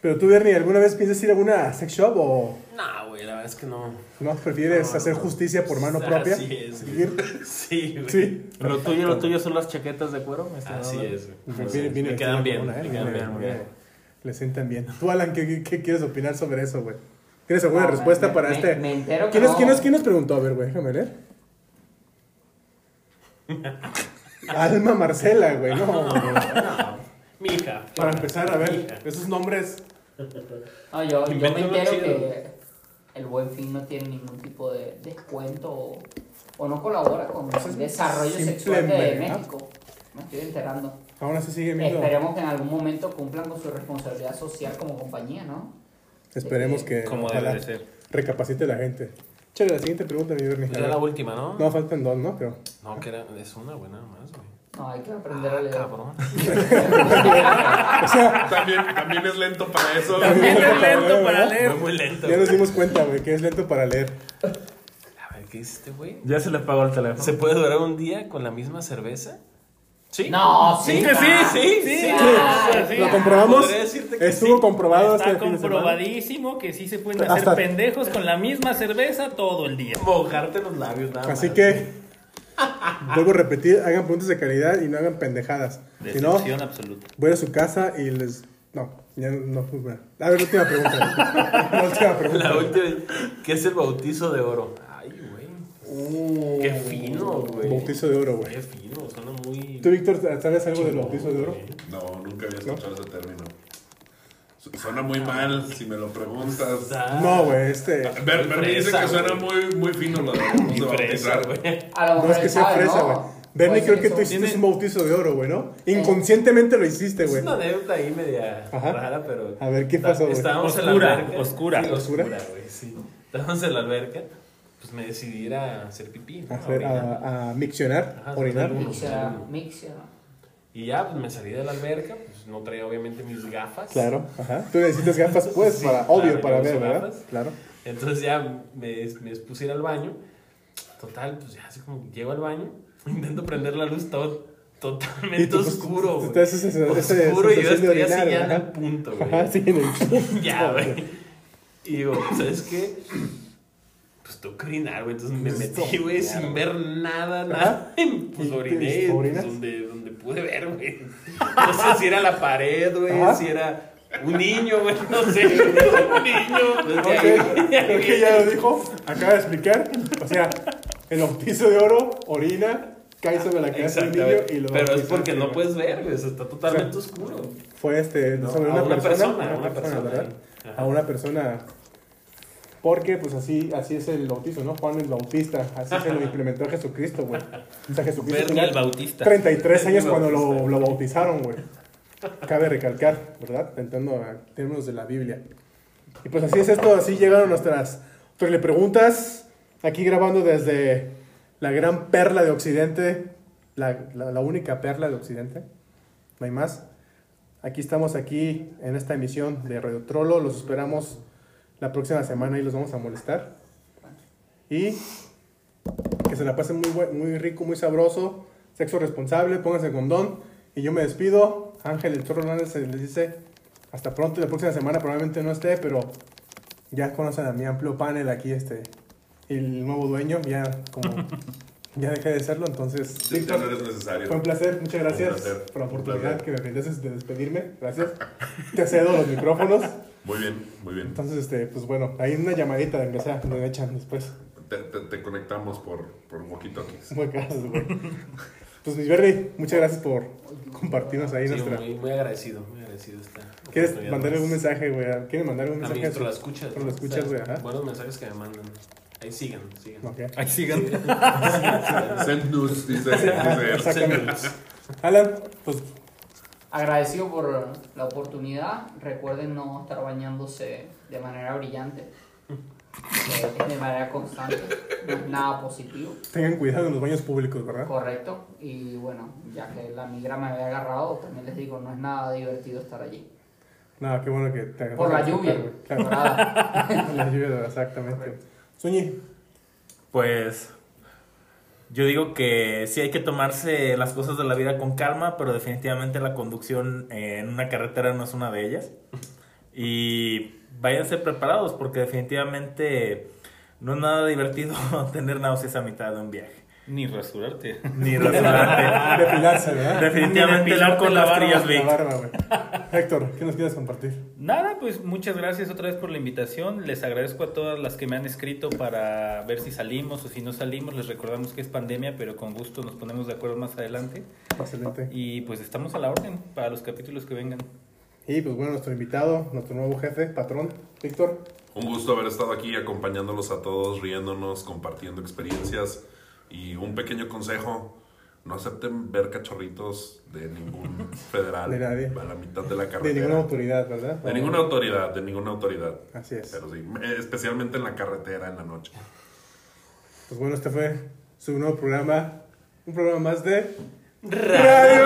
Pero tú, Bernie, ¿alguna vez piensas ir a alguna sex shop o
No, güey, la verdad es que no. Ah,
no prefieres hacer justicia por mano propia?
Así es,
Ir-
güey. Sí, güey.
Sí.
Lo tuyo, lo tuyo son las chaquetas de cuero, mi estimado.
Así es, güey.
Viene- Pues viene
me
vestida
quedan
con
bien,
una, ¿eh?
me
Viene-
quedan bien,
viene-
güey.
Le sientan bien. Tú, Alan, ¿qué, qué quieres opinar sobre eso, güey? ¿Tienes alguna
No, me-
respuesta
me-
para
me-
este?
me entero que
¿Quién, es-
no.
quién es- quién nos preguntó? A ver, güey, déjame leer. Alma Marcela, güey, no. güey.
Mija.
Para empezar, a ver,
Mija.
esos nombres.
No, yo, yo me
Inventa uno
entero
chido.
que el Buen Fin no tiene ningún tipo de descuento o, o no colabora con el desarrollo
Pues simple
sexual de
verga.
México. Me estoy enterando.
Aún así sigue viendo.
Esperemos que en algún momento cumplan con su responsabilidad social como compañía, ¿no?
Esperemos que
Como debe
ojalá
de ser.
recapacite la gente. Chévere, la siguiente pregunta, mi Bernie.
Era la última, ¿no?
No, faltan dos, ¿no? Creo.
No, que era, es una buena más, güey.
No,
Ah,
hay que aprender a leer.
Cabrón.
También, también es lento para eso.
También
Es
es
lento para
¿verdad?
leer.
Fue muy lento.
Ya nos dimos cuenta, güey, que es lento para leer.
A ver, ¿qué hiciste, güey?
Ya se le pagó el teléfono.
¿Se puede durar un día con la misma cerveza? Sí.
No, sí.
que sí, sí, sí. o sea, sí.
¿Lo comprobamos?
podría decirte que
Estuvo
sí.
comprobado hasta
Está
el este fin de semana.
comprobadísimo que sí se pueden hacer
Hasta-
pendejos con la misma cerveza todo el día.
Mojarte los labios, nada
Así
más.
que, vuelvo a repetir, hagan preguntas de calidad y no hagan pendejadas. Si no,
Decepción absoluta.
voy a su casa y les... No, ya no... pues, bueno. A ver, última pregunta. La última pregunta.
La última, ¿qué es el bautizo de oro? Ay, güey. Qué fino, güey.
Bautizo de oro, güey.
Qué fino, suena muy.
¿Tú, Víctor, sabes algo del bautizo de oro?
No, nunca había escuchado ese término. Su- Suena muy mal si me lo preguntas.
Está-
No, güey, este...
Ah,
Ver, ver, me dice
Fresa,
que suena
güey.
muy, muy fino lo de vamos a
Fresa,
bautizar.
güey. Pues
A lo
No
mejor
es que sea
sabe,
fresa,
¿no?
güey.
Puede
Bernie,
ser
creo que
sea
tú
un-
hiciste un bautizo de oro, güey, ¿no? Inconscientemente lo hiciste,
Eh. Es
güey.
una deuda ahí media
Ajá.
rara, pero.
A ver, ¿qué
Está-
pasó, güey?
Estábamos en la
Oscura,
alberca.
oscura.
Sí,
¿Oscura?
oscura, güey, sí. Estábamos en la alberca, pues me decidí ir a hacer pipí. ¿no? A
Hacer- ah.
orinar.
A, a miccionar,
Ajá,
orinar.
hacer un-
Mixia, mixia.
Y ya, pues me salí de la alberca, pues no traía obviamente mis gafas.
Claro, ajá. Tú necesitas gafas, pues,
Sí,
para,
claro,
obvio,
yo
para
uso
ver, ¿verdad?
gafas.
Claro.
Entonces ya me, des- me expuse a ir al baño Total, pues ya así como llego al baño, intento prender la luz todo totalmente
Y tú, pues,
oscuro,
te
güey.
das esa- esa- esa
Oscuro y yo
sensación de
estoy así
orinar,
ya en el
ajá.
punto,
Ajá,
güey.
sí, en el-
Ya, güey. Y digo, ¿sabes qué? Pues tengo que orinar, güey. Entonces
Pues
me metí, güey, sin ver nada, nada. Y pues
¿Y
oriné
te
pues,
orinas?
donde, donde pude ver, güey. No sé si era la pared, güey,
Ajá.
si era un niño, güey, no sé. Un niño. Pues
Ok, creo que ya lo dijo, acaba de explicar. O sea, el bautizo de oro, orina, cae sobre la cabeza del niño
Exactamente.
y lo
Pero es
bautiza.
porque no puedes ver, güey. o sea, está totalmente oscuro.
Fue este,
No,
sobre
a
una,
una
persona,
persona,
a una persona, ¿verdad?
ahí. Ajá.
A una persona. Porque pues así, así es el bautizo, ¿no? Juan el Bautista, así se lo implementó Jesucristo, güey. O sea, Jesucristo
Bernie
tenía
el Bautista.
33 años
Bernie
cuando
el
lo,
Bautista.
lo bautizaron, güey. Cabe recalcar, ¿verdad? Entrando a términos de la Biblia. Y pues así es esto, así llegaron nuestras preguntas Aquí grabando desde la gran perla de Occidente, la, la- la única perla de Occidente, no hay más. Aquí estamos aquí en esta emisión de Radio Trollo, los esperamos la próxima semana y los vamos a molestar. Y que se la pasen muy, buen- muy rico, muy sabroso, sexo responsable, pónganse condón. Y yo me despido, Ángel el Chorro Hernández se les dice hasta pronto, la próxima semana probablemente no esté, pero ya conocen a mi amplio panel aquí, este, el nuevo dueño, ya como, ya dejé de serlo, entonces...
Ya no eres necesario.
Fue un placer, muchas gracias
Un placer.
por la
Un
oportunidad
placer.
que me brindes de despedirme. Gracias. Te cedo los micrófonos.
Muy bien, muy bien.
Entonces, este, pues bueno, hay una llamadita de que sea, me echan después.
Te, te- te conectamos por, por walkie-talkies.
Muy gracias, güey. Pues mis Berry, muchas gracias por compartirnos ahí
Sí,
nuestra.
muy, muy agradecido, muy agradecido esta.
¿Quieres
oportunidad.
mandar algún mensaje, güey? ¿Quieres mandar algún
A mí
mensaje?
esto lo escuchas.
Esto lo
¿no?
escuchas,
O sea,
güey, ajá.
Buenos mensajes que me mandan. Ahí sigan, sigan.
Ok.
Ahí sigan.
Send news, dice, dice él.
Exactamente. Alan, pues
Agradecido por la oportunidad. Recuerden no estar bañándose de manera brillante. eh, De manera constante. No es nada positivo.
tengan cuidado en los baños públicos, ¿verdad?
Correcto. Y bueno, ya que la migra me había agarrado, también les digo, no es nada divertido estar allí.
Nada, qué bueno que te agarraste
Por la
a
lluvia. Ah.
güey. Claro,
Dorada.
por la lluvia, exactamente. Suñi,
Pues yo digo que sí hay que tomarse las cosas de la vida con calma, pero definitivamente la conducción eh, en una carretera no es una de ellas. Y váyanse preparados porque definitivamente no es nada divertido tener náuseas a mitad de un viaje.
Ni rasurarte.
Ni rasurarte.
depilarse, ¿verdad?
definitivamente no con
la
las
barba,
trillas
La
Vic.
barba, güey. Héctor, ¿qué nos quieres compartir?
Nada, pues muchas gracias otra vez por la invitación. Les agradezco a todas las que me han escrito para ver si salimos o si no salimos. Les recordamos que es pandemia, pero con gusto nos ponemos de acuerdo más adelante.
Excelente.
Y pues estamos a la orden para los capítulos que vengan.
Y pues bueno, nuestro invitado, nuestro nuevo jefe, patrón, Víctor.
Un gusto haber estado aquí acompañándolos a todos, riéndonos, compartiendo experiencias. Y un pequeño consejo: no acepten ver cachorritos de ningún federal
De nadie.
a la mitad de la
De
carretera.
ninguna autoridad, ¿verdad?
De ninguna autoridad, de ninguna autoridad.
Así es.
Pero sí, eh, especialmente en la carretera en la noche.
Pues bueno, este fue su nuevo programa. Un programa más de. Radio